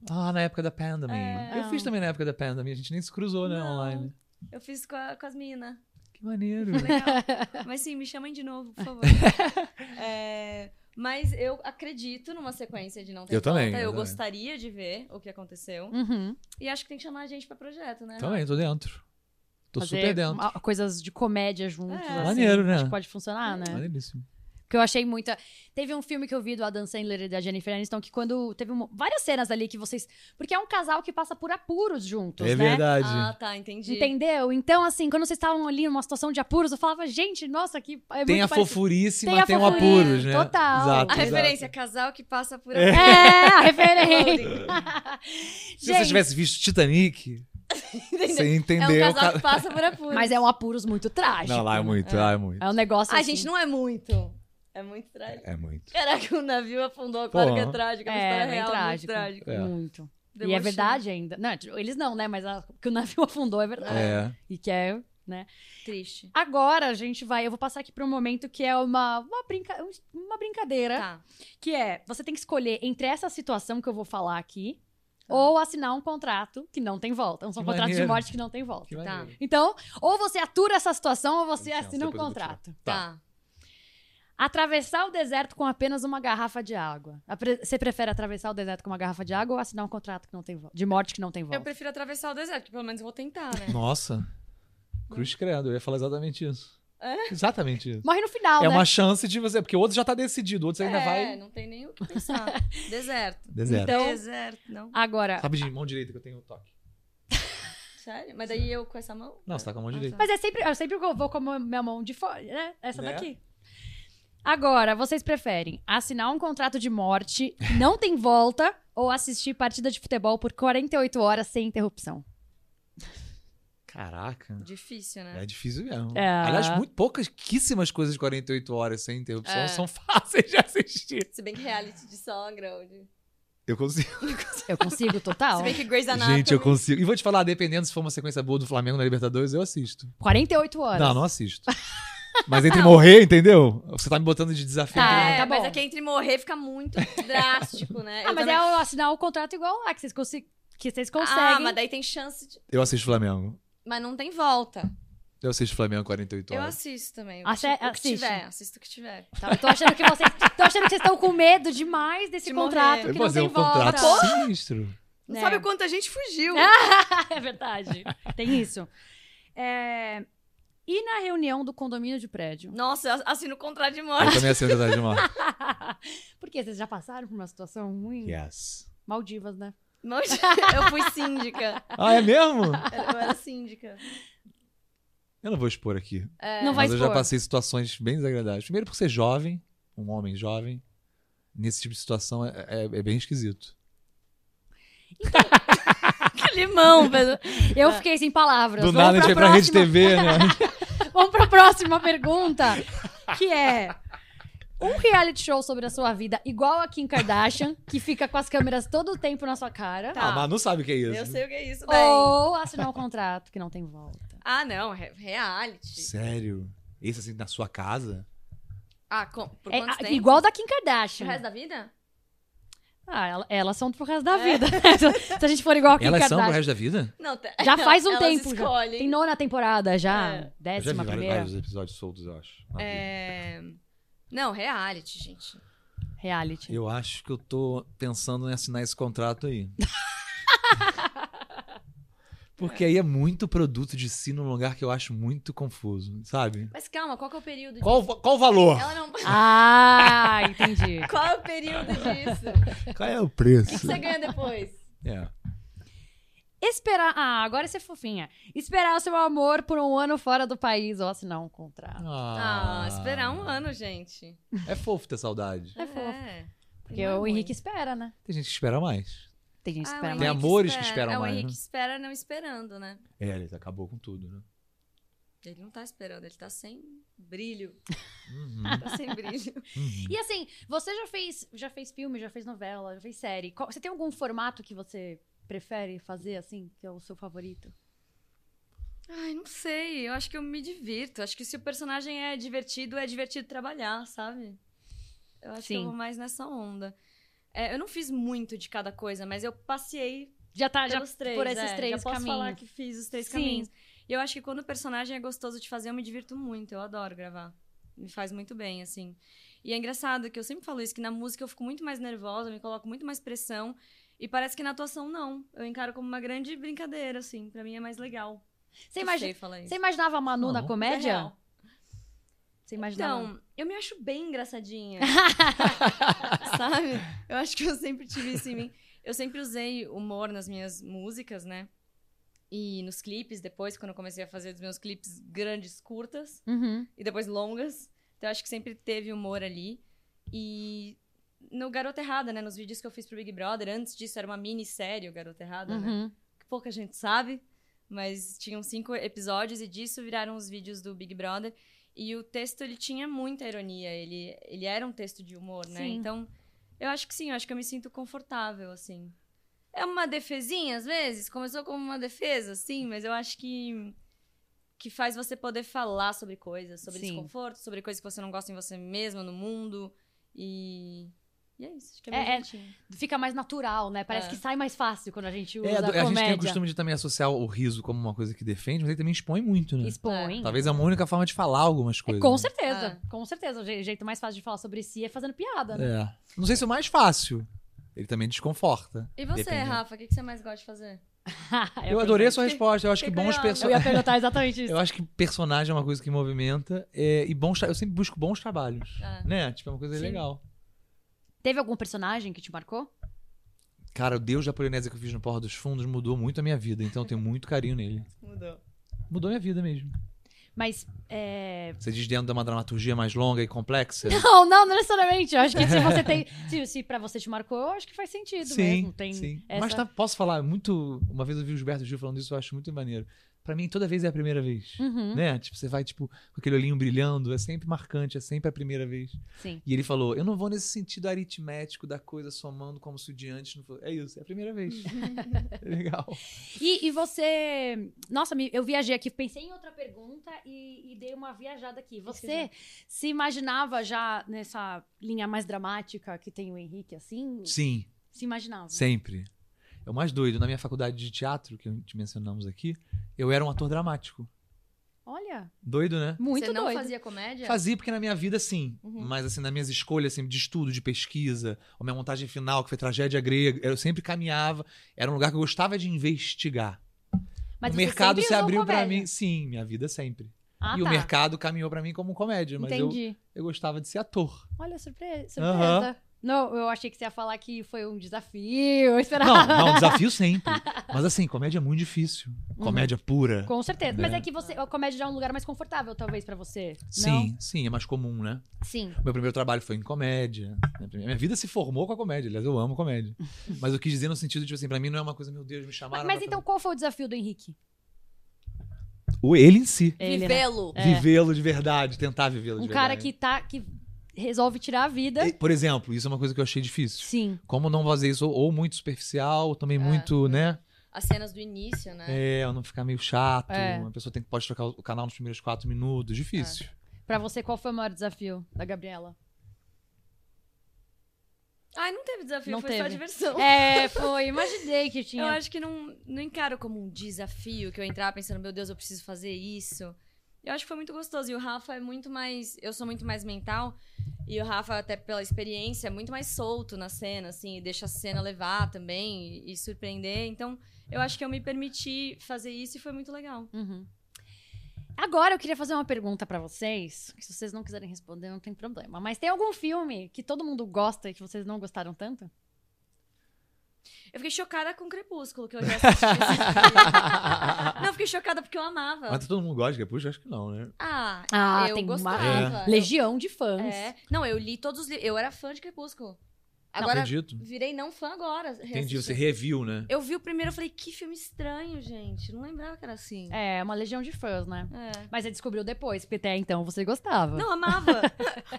Speaker 3: Ah, na época da Pandemia.
Speaker 2: É.
Speaker 3: Eu fiz também na época da Pandemia. A gente nem se cruzou, né?
Speaker 2: Não.
Speaker 3: Online.
Speaker 2: Eu fiz com, a- com as meninas.
Speaker 3: Que maneiro.
Speaker 2: Legal. Mas sim, me chamem de novo, por favor. É, mas eu acredito numa sequência de não ter
Speaker 3: Eu também,
Speaker 2: Volta.
Speaker 3: eu
Speaker 2: Eu
Speaker 3: também.
Speaker 2: gostaria de ver o que aconteceu.
Speaker 1: Uhum.
Speaker 2: E acho que tem que chamar a gente pra projeto, né?
Speaker 3: Também, Então é, tô dentro. Tô
Speaker 1: fazer
Speaker 3: super dentro.
Speaker 1: ma- coisas de comédia juntos.
Speaker 2: É.
Speaker 1: assim,
Speaker 3: Maneiro, né?
Speaker 1: Acho que pode funcionar, né?
Speaker 3: Maneiríssimo.
Speaker 1: Porque eu achei muita. Teve um filme que eu vi do Adam Sandler e da Jennifer Aniston que quando teve um- várias cenas ali que vocês. Porque é um casal que passa por apuros juntos,
Speaker 3: É
Speaker 1: né?
Speaker 3: verdade.
Speaker 2: Ah, tá, entendi.
Speaker 1: Entendeu? Então, assim, quando vocês estavam ali numa situação de apuros, eu falava, gente, nossa, que. É
Speaker 3: tem
Speaker 1: muito
Speaker 3: a
Speaker 1: parecido.
Speaker 3: fofurice,
Speaker 1: Tem
Speaker 3: mas
Speaker 1: a
Speaker 3: tem o
Speaker 1: fofurice,
Speaker 3: apuros, né?
Speaker 1: total.
Speaker 3: Exato,
Speaker 2: A
Speaker 3: exato.
Speaker 2: referência, casal que passa por É
Speaker 1: É, a referência.
Speaker 3: Se você
Speaker 1: Gente,
Speaker 3: tivesse visto Titanic,
Speaker 2: Entendeu?
Speaker 3: você
Speaker 2: É
Speaker 3: entendeu.
Speaker 2: um casal que passa por apuros.
Speaker 1: Mas é um apuros muito trágico.
Speaker 3: Não, lá é muito, lá é muito.
Speaker 1: É um negócio.
Speaker 2: A
Speaker 1: assim.
Speaker 2: gente não é muito. É muito trágico.
Speaker 3: É muito.
Speaker 2: Caraca, o navio afundou, claro
Speaker 3: Pô.
Speaker 2: que é trágico. É uma
Speaker 1: É,
Speaker 2: história
Speaker 1: bem
Speaker 2: real, muito
Speaker 1: trágico.
Speaker 2: trágico.
Speaker 3: É.
Speaker 1: Muito. E é
Speaker 2: Debochando.
Speaker 1: verdade ainda. Não, eles não, né? Mas a- que o navio afundou é verdade.
Speaker 3: É.
Speaker 1: E que é
Speaker 2: Triste.
Speaker 1: Agora a gente vai, eu vou passar aqui para um momento que é uma, uma, brinca- um, uma brincadeira,
Speaker 2: Tá.
Speaker 1: que é, você tem que escolher entre essa situação que eu vou falar aqui,
Speaker 2: Tá.
Speaker 1: ou assinar um contrato que não tem volta. Um
Speaker 3: Que
Speaker 1: contrato de
Speaker 3: maneiro.
Speaker 1: morte que não tem volta.
Speaker 3: Que maneiro.
Speaker 1: Então, ou você atura essa situação, ou você
Speaker 3: Licença,
Speaker 1: assina um
Speaker 3: depois eu vou tirar.
Speaker 1: contrato.
Speaker 2: Tá.
Speaker 1: Atravessar o deserto com apenas uma garrafa de água. Apre- Você prefere atravessar o deserto com uma garrafa de água ou assinar um contrato que não tem volta, de morte que não tem
Speaker 2: Eu
Speaker 1: volta?
Speaker 2: prefiro atravessar o deserto, que pelo menos eu vou tentar, né?
Speaker 3: Nossa. Cruz credo, eu ia falar exatamente isso.
Speaker 2: É?
Speaker 3: Exatamente isso.
Speaker 1: Morre no final,
Speaker 3: É
Speaker 1: né?
Speaker 3: uma chance de você, porque o outro já tá decidido, o outro você ainda
Speaker 2: é,
Speaker 3: vai.
Speaker 2: não tem nem o que pensar. Deserto.
Speaker 3: Deserto.
Speaker 1: Então-
Speaker 2: Deserto, não.
Speaker 1: Agora,
Speaker 3: Sabe de mão direita que eu tenho o toque.
Speaker 2: Sério? Mas daí eu com essa mão?
Speaker 3: Não, você tá com a mão
Speaker 2: Ah,
Speaker 3: direita.
Speaker 2: tá.
Speaker 1: Mas é sempre, eu sempre vou com a minha mão de fora, né? Essa
Speaker 3: Né?
Speaker 1: daqui. Agora, vocês preferem assinar um contrato de morte, não tem volta, ou assistir partida de futebol por 48 horas sem interrupção?
Speaker 3: Caraca.
Speaker 2: Difícil, né?
Speaker 3: É difícil mesmo.
Speaker 1: É.
Speaker 3: Aliás, muito pouquíssimas coisas de 48 horas sem interrupção
Speaker 2: É.
Speaker 3: são fáceis de assistir.
Speaker 2: Se bem que reality de sogra. ou de-
Speaker 3: Eu consigo.
Speaker 1: Eu consigo total?
Speaker 2: Se bem que Grey's Anatomy.
Speaker 3: Gente, eu consigo. E vou te falar, dependendo se for uma sequência boa do Flamengo na Libertadores, eu assisto.
Speaker 1: 48 horas.
Speaker 3: Não, não assisto. Mas entre morrer, entendeu? Você tá me botando de desafio.
Speaker 1: Tá.
Speaker 2: É,
Speaker 1: Ah,
Speaker 2: mas
Speaker 1: bom.
Speaker 2: aqui entre morrer fica muito drástico, né?
Speaker 1: Ah,
Speaker 2: Eu
Speaker 1: mas
Speaker 2: também-
Speaker 1: é o- assinar o contrato igual lá, que vocês, consi- que vocês conseguem.
Speaker 2: Ah, mas daí tem chance de...
Speaker 3: Eu assisto Flamengo.
Speaker 2: Mas não tem volta.
Speaker 3: Eu assisto Flamengo 48
Speaker 2: Eu
Speaker 3: horas.
Speaker 2: assisto também. O
Speaker 1: Asse-
Speaker 2: que, o que
Speaker 1: assiste.
Speaker 2: tiver, assisto o que tiver.
Speaker 1: Tá, eu tô achando que vocês tô achando que vocês estão com medo demais desse
Speaker 2: De
Speaker 1: contrato
Speaker 2: morrer.
Speaker 1: que não
Speaker 3: Vou fazer
Speaker 1: tem
Speaker 3: um
Speaker 1: volta.
Speaker 3: contrato sinistro.
Speaker 2: Não
Speaker 1: É.
Speaker 2: sabe o quanto a gente fugiu.
Speaker 1: é verdade. Tem isso. É, E na reunião do condomínio de prédio?
Speaker 2: Nossa, eu assino o contrato de
Speaker 3: Eu
Speaker 2: morte.
Speaker 3: também assino Verdade de Mar.
Speaker 1: Porque vocês já passaram por uma situação ruim?
Speaker 3: Yes.
Speaker 1: Maldivas, né?
Speaker 2: Não, Eu fui síndica.
Speaker 3: Ah, é mesmo?
Speaker 2: Eu era síndica.
Speaker 3: Eu não vou expor aqui.
Speaker 2: É.
Speaker 1: Não vai
Speaker 3: mas eu já
Speaker 1: expor.
Speaker 3: passei situações bem desagradáveis. Primeiro por ser jovem, um homem jovem, nesse tipo de situação é, é- é bem esquisito.
Speaker 2: Limão, velho.
Speaker 1: Eu fiquei sem palavras.
Speaker 3: Do
Speaker 1: Vamos
Speaker 3: nada a gente vai pra Rede
Speaker 1: próxima.
Speaker 3: TV, né?
Speaker 1: Vamos pra próxima pergunta, que é... Um reality show sobre a sua vida, igual a Kim Kardashian, que fica com as câmeras todo o tempo na sua cara.
Speaker 2: Tá.
Speaker 3: Ah, mas não sabe o que é isso.
Speaker 2: Eu sei o que é isso, bem.
Speaker 1: Ou assinar um contrato que não tem volta.
Speaker 2: Ah, não, re- reality.
Speaker 3: Sério? Esse assim, na sua casa?
Speaker 2: Ah, com, por
Speaker 1: É,
Speaker 2: quanto
Speaker 1: a-
Speaker 2: tempo?
Speaker 1: igual da Kim
Speaker 2: Pro
Speaker 1: Kardashian.
Speaker 2: resto da vida?
Speaker 1: Ah, ela- elas são pro resto da
Speaker 2: É.
Speaker 1: vida. Se a gente for igual a Kim
Speaker 3: Elas são pro
Speaker 1: Kardashian.
Speaker 3: resto da vida?
Speaker 2: Não, te-
Speaker 1: Já faz um
Speaker 2: elas
Speaker 1: tempo já.
Speaker 2: Escolhem.
Speaker 1: Tem nona temporada já,
Speaker 2: É.
Speaker 3: Eu já vi
Speaker 1: décima
Speaker 3: vários,
Speaker 1: primeira.
Speaker 3: vários episódios soltos, eu acho. na vida.
Speaker 2: É... Não, reality, gente.
Speaker 1: Reality.
Speaker 3: Eu acho que eu tô pensando em assinar esse contrato aí. Porque aí é muito produto de si num lugar que eu acho muito confuso, sabe?
Speaker 2: Mas calma, qual que é o período de-
Speaker 3: Qual, qual o valor?
Speaker 2: Ela não...
Speaker 1: Ah, entendi.
Speaker 2: Qual é o período disso?
Speaker 3: Qual é o
Speaker 2: O que
Speaker 3: preço?
Speaker 2: você ganha depois?
Speaker 3: É.
Speaker 1: Esperar. Ah, agora você é fofinha. Esperar o seu amor por um ano fora do país ou assinar um contrato.
Speaker 2: Ah, esperar um ano, gente.
Speaker 3: É fofo ter saudade.
Speaker 1: É fofo. Porque
Speaker 2: E não é
Speaker 1: o
Speaker 2: ruim.
Speaker 1: Henrique espera, né?
Speaker 3: Tem gente que espera mais.
Speaker 1: Tem gente que
Speaker 2: Ah,
Speaker 1: espera
Speaker 2: o
Speaker 3: Tem
Speaker 1: mais.
Speaker 2: Henrique
Speaker 3: amores que esperam
Speaker 2: É,
Speaker 3: mais,
Speaker 2: o
Speaker 3: né?
Speaker 2: Henrique espera não esperando, né?
Speaker 3: É, ele acabou com tudo, né?
Speaker 2: Ele não tá esperando, ele tá sem brilho.
Speaker 3: Uhum,
Speaker 2: Tá sem brilho.
Speaker 3: uhum.
Speaker 1: E assim, você já fez, já fez filme, já fez novela, já fez série. Qual- você tem algum formato que você prefere fazer, assim, que é o seu favorito?
Speaker 2: Ai, não sei. Eu acho que eu me divirto. Acho que se o personagem é divertido, é divertido trabalhar, sabe? Eu acho que
Speaker 1: Sim.
Speaker 2: eu vou mais nessa onda. É, eu não fiz muito de cada coisa, mas eu passei
Speaker 1: Já tá, já
Speaker 2: pelos três.
Speaker 1: por esses
Speaker 2: é.
Speaker 1: três
Speaker 2: já posso
Speaker 1: caminhos.
Speaker 2: falar que fiz os três
Speaker 1: Sim.
Speaker 2: caminhos. E eu acho que quando o personagem é gostoso de fazer, eu me divirto muito. Eu adoro gravar. Me faz muito bem, assim. E é engraçado que eu sempre falo isso, que na música eu fico muito mais nervosa, me coloco muito mais pressão. E parece que na atuação, não. Eu encaro como uma grande brincadeira, assim. Pra mim é mais legal.
Speaker 1: Você,
Speaker 2: Eu
Speaker 1: imagi-
Speaker 2: sei falar isso.
Speaker 1: você imaginava a Manu
Speaker 3: Não,
Speaker 1: na
Speaker 3: não.
Speaker 2: É
Speaker 1: comédia?
Speaker 2: real.
Speaker 1: Você imaginava?
Speaker 2: Então, eu me acho bem engraçadinha. sabe? Eu acho que eu sempre tive isso em mim. Eu sempre usei humor nas minhas músicas, né? E nos clipes, depois, quando eu comecei a fazer os meus clipes grandes, curtas,
Speaker 1: Uhum.
Speaker 2: e depois longas. Então, eu acho que sempre teve humor ali. E no Garota Errada, né? Nos vídeos que eu fiz pro Big Brother, antes disso era uma minissérie, o Garota Errada, né?
Speaker 1: Uhum.
Speaker 2: que pouca gente sabe, mas tinham cinco episódios e disso viraram os vídeos do Big Brother. E o texto, ele tinha muita ironia, ele, ele era um texto de humor, né?
Speaker 1: Sim.
Speaker 2: Então, eu acho que sim, eu acho que eu me sinto confortável, assim. É uma defesinha, às vezes, começou como uma defesa, sim, mas eu acho que que faz você poder falar sobre coisas, sobre
Speaker 1: Sim.
Speaker 2: desconforto, sobre coisas que você não gosta em você mesma, no mundo, e... E é isso, acho que é,
Speaker 1: É,
Speaker 2: bem
Speaker 1: é-
Speaker 2: jeitinho.
Speaker 1: Fica mais natural, né? Parece
Speaker 2: É.
Speaker 1: que sai mais fácil quando a gente usa
Speaker 3: É,
Speaker 1: a
Speaker 3: a gente tem o
Speaker 1: comédia.
Speaker 3: costume de também associar o riso como uma coisa que defende, mas ele também expõe muito, né?
Speaker 1: Expõe. Então,
Speaker 3: Talvez é uma única forma de falar algumas
Speaker 1: É,
Speaker 3: coisas.
Speaker 1: com
Speaker 3: né?
Speaker 1: certeza,
Speaker 2: Ah.
Speaker 1: com certeza. O je- jeito mais fácil de falar sobre si é fazendo piada, né?
Speaker 3: É. Não sei se é o mais fácil. Ele também desconforta.
Speaker 2: E você,
Speaker 3: Dependendo.
Speaker 2: Rafa, o que que você mais gosta de fazer?
Speaker 1: É
Speaker 3: Eu adorei a
Speaker 1: verdade.
Speaker 3: sua resposta. Eu acho que
Speaker 2: Fiquei
Speaker 3: bons
Speaker 2: curiosa.
Speaker 1: Eu
Speaker 3: personagens.
Speaker 1: ia perguntar exatamente isso.
Speaker 3: Eu acho que personagem é uma coisa que movimenta. é, e bons. tra- Eu sempre busco bons trabalhos.
Speaker 2: Ah.
Speaker 3: Né? Tipo, é uma coisa
Speaker 2: Sim.
Speaker 3: legal.
Speaker 1: Teve algum personagem que te marcou?
Speaker 3: Cara, o Deus da Polinésia que eu fiz no Porra dos Fundos mudou muito a minha vida. Então eu tenho muito carinho nele.
Speaker 2: Mudou.
Speaker 3: Mudou minha vida mesmo.
Speaker 1: Mas, é...
Speaker 3: Você diz dentro de uma dramaturgia mais longa e complexa?
Speaker 1: Não, não necessariamente. Eu acho que se você tem... Se, se pra você te marcou, eu acho que faz sentido mesmo. Tem
Speaker 3: sim.
Speaker 1: essa-
Speaker 3: Mas tá- posso falar muito. Uma vez eu vi o Gilberto Gil falando isso, eu acho muito maneiro. Pra mim, toda vez é a primeira vez.
Speaker 1: Uhum,
Speaker 3: Né? Tipo, você vai, tipo, com aquele olhinho brilhando, é sempre marcante, é sempre a primeira vez.
Speaker 1: Sim.
Speaker 3: E ele falou: Eu não vou nesse sentido aritmético da coisa somando como se o de antes não fosse. É isso, é a primeira vez. É Legal.
Speaker 1: E, e você... Nossa, me- eu viajei aqui. Pensei em outra pergunta e, e dei uma viajada aqui. Você se imaginava já nessa linha mais dramática que tem o Henrique, assim?
Speaker 3: Sim,
Speaker 1: Se imaginava.
Speaker 3: sempre. É o mais doido. Na minha faculdade de teatro, que te mencionamos aqui, eu era um ator dramático.
Speaker 1: Olha,
Speaker 3: Doido, né?
Speaker 1: muito
Speaker 2: você não
Speaker 1: doido.
Speaker 2: fazia comédia?
Speaker 3: Fazia porque na minha vida, sim.
Speaker 2: Uhum.
Speaker 3: Mas assim, nas minhas escolhas assim, de estudo, de pesquisa, a minha montagem final, que foi tragédia grega, eu sempre caminhava. Era um lugar que eu gostava de investigar.
Speaker 1: Mas
Speaker 3: o
Speaker 1: você
Speaker 3: mercado
Speaker 1: sempre
Speaker 3: se
Speaker 1: usou
Speaker 3: abriu pra
Speaker 1: comédia.
Speaker 3: mim. Sim, minha vida sempre.
Speaker 1: Ah,
Speaker 3: e o
Speaker 1: tá.
Speaker 3: mercado caminhou pra mim como comédia, mas eu,
Speaker 1: Entendi.
Speaker 3: eu gostava de ser ator.
Speaker 1: Olha, surpre- surpresa.
Speaker 3: Aham.
Speaker 1: Não, eu achei que você ia falar que foi um desafio. Eu
Speaker 3: Não,
Speaker 1: esperava.
Speaker 3: não, desafio sempre. Mas assim, comédia é muito difícil.
Speaker 1: Uhum.
Speaker 3: Comédia pura.
Speaker 1: Hum, Com certeza. Mas
Speaker 3: É.
Speaker 1: é que você, a comédia já é um lugar mais confortável, talvez, pra você.
Speaker 3: Sim, sim, é mais comum, né?
Speaker 1: Não? Sim.
Speaker 3: Meu primeiro trabalho foi em comédia. Minha primeira- Minha vida se formou com a comédia. Aliás, eu amo comédia. Mas eu quis dizer no sentido, tipo assim, pra mim não é uma coisa, meu Deus, me
Speaker 1: Mas,
Speaker 3: chamaram.
Speaker 1: mas
Speaker 3: pra
Speaker 1: então, qual foi o desafio do Henrique?
Speaker 3: fazer. O- Ele né? em si.
Speaker 1: né?
Speaker 2: Vivê-lo.
Speaker 1: É.
Speaker 3: Vivê-lo de verdade, tentar vivê-lo de
Speaker 1: Um
Speaker 3: verdade.
Speaker 1: cara que tá. que resolve tirar a vida.
Speaker 3: E, Por exemplo, isso é uma coisa que eu achei difícil.
Speaker 1: Sim.
Speaker 3: Como não fazer isso ou- ou muito superficial, ou também
Speaker 2: É,
Speaker 3: muito, né?
Speaker 2: As cenas do início, né?
Speaker 3: É, ou não ficar meio chato.
Speaker 1: É.
Speaker 3: Uma pessoa tem, pode trocar o canal nos primeiros quatro minutos. Difícil.
Speaker 1: Pra você, qual foi o maior desafio da Gabriela?
Speaker 2: Ai, não teve desafio,
Speaker 1: Não
Speaker 2: foi só
Speaker 1: teve.
Speaker 3: Oh.
Speaker 2: diversão.
Speaker 1: É, foi. Imaginei que
Speaker 2: Eu
Speaker 1: tinha.
Speaker 2: acho que não, não encaro como um desafio que eu entrar pensando, meu Deus, eu preciso fazer isso. Eu acho que foi muito gostoso. E o Rafa é muito mais. Eu sou muito mais mental. E o Rafa, até pela experiência, é muito mais solto na cena, assim, e deixa a cena levar também e, e surpreender. Então, eu acho que eu me permiti fazer isso e foi muito legal.
Speaker 1: Uhum. Agora eu queria fazer uma pergunta pra vocês. que se vocês não quiserem responder, não tem problema. Mas tem algum filme que todo mundo gosta e que vocês não gostaram tanto?
Speaker 2: Eu fiquei chocada com o Crepúsculo, que eu já assisti. esse filme. não, eu fiquei chocada porque eu amava.
Speaker 3: Mas todo mundo gosta de Crepúsculo? Acho que não, né?
Speaker 2: Ah,
Speaker 1: Ah,
Speaker 2: eu
Speaker 1: tem
Speaker 2: gostava.
Speaker 1: uma
Speaker 2: Eu-
Speaker 1: legião de fãs.
Speaker 2: É. Não, eu li todos os livros. Eu era fã de Crepúsculo. Agora,
Speaker 3: acredito.
Speaker 2: virei não fã agora.
Speaker 3: Entendi,
Speaker 2: reassistindo.
Speaker 3: você reviu, né?
Speaker 2: Eu vi o primeiro, eu falei, que filme estranho, gente. Não lembrava que era assim.
Speaker 1: É, uma legião de fãs, né?
Speaker 2: É.
Speaker 1: Mas você descobriu depois, porque até então você gostava.
Speaker 2: Não, amava.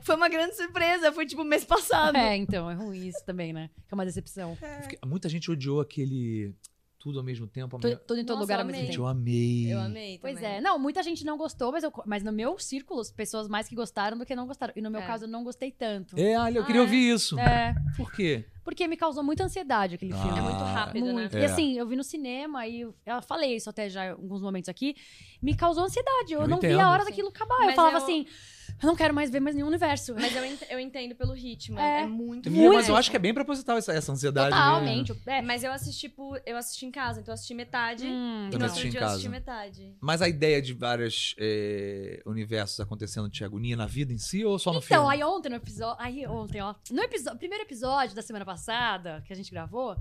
Speaker 2: foi uma grande surpresa. Foi tipo mês passado.
Speaker 1: É, então, é ruim isso também, né? Que é uma decepção.
Speaker 3: Eu fiquei- Muita gente odiou aquele tudo ao mesmo tempo. ao
Speaker 1: Tu-
Speaker 3: mesmo-
Speaker 1: Tudo em todo
Speaker 2: Nossa,
Speaker 1: lugar ao
Speaker 2: eu
Speaker 1: mesmo
Speaker 2: amei.
Speaker 3: Gente,
Speaker 1: tempo.
Speaker 3: eu amei.
Speaker 2: Eu amei também.
Speaker 1: Pois é, não, muita gente não gostou, mas, eu, mas no meu círculo, as pessoas mais que gostaram do que não gostaram. E no meu
Speaker 2: É.
Speaker 1: caso, eu não gostei tanto.
Speaker 3: É, olha, eu
Speaker 2: Ah,
Speaker 3: queria
Speaker 2: é?
Speaker 3: ouvir isso.
Speaker 1: É,
Speaker 3: Por quê?
Speaker 1: porque me causou muita ansiedade aquele filme.
Speaker 2: É muito
Speaker 3: Ah,
Speaker 2: rápido, né?
Speaker 1: Muito.
Speaker 3: né?
Speaker 1: E
Speaker 3: É.
Speaker 1: assim, eu vi no cinema e eu eu falei isso até já em alguns momentos aqui. Me causou ansiedade. Eu,
Speaker 3: Eu
Speaker 1: não vi
Speaker 3: entendo.
Speaker 1: a hora
Speaker 2: Sim.
Speaker 1: daquilo acabar. eu
Speaker 2: Mas
Speaker 1: falava
Speaker 2: eu-
Speaker 1: assim, eu não quero mais ver mais nenhum universo.
Speaker 3: Hum.
Speaker 2: Mas eu, ent- eu entendo pelo ritmo.
Speaker 1: É.
Speaker 2: É, muito
Speaker 1: Muito.
Speaker 3: Mas eu acho que é bem proposital essa, essa ansiedade.
Speaker 1: Totalmente. É.
Speaker 2: Mas eu assisti por. Eu assisti em casa, então eu assisti metade.
Speaker 1: Hum,
Speaker 2: E
Speaker 3: Também
Speaker 2: no
Speaker 3: assisti
Speaker 2: outro
Speaker 3: em
Speaker 2: dia eu assisti
Speaker 3: casa.
Speaker 2: metade.
Speaker 3: Mas a ideia de vários eh, universos acontecendo te agonia na vida em si ou só no
Speaker 1: Então,
Speaker 3: filme?
Speaker 1: aí ontem no episódio. Aí ontem, ó. No episo- primeiro episódio da semana passada, que a gente gravou,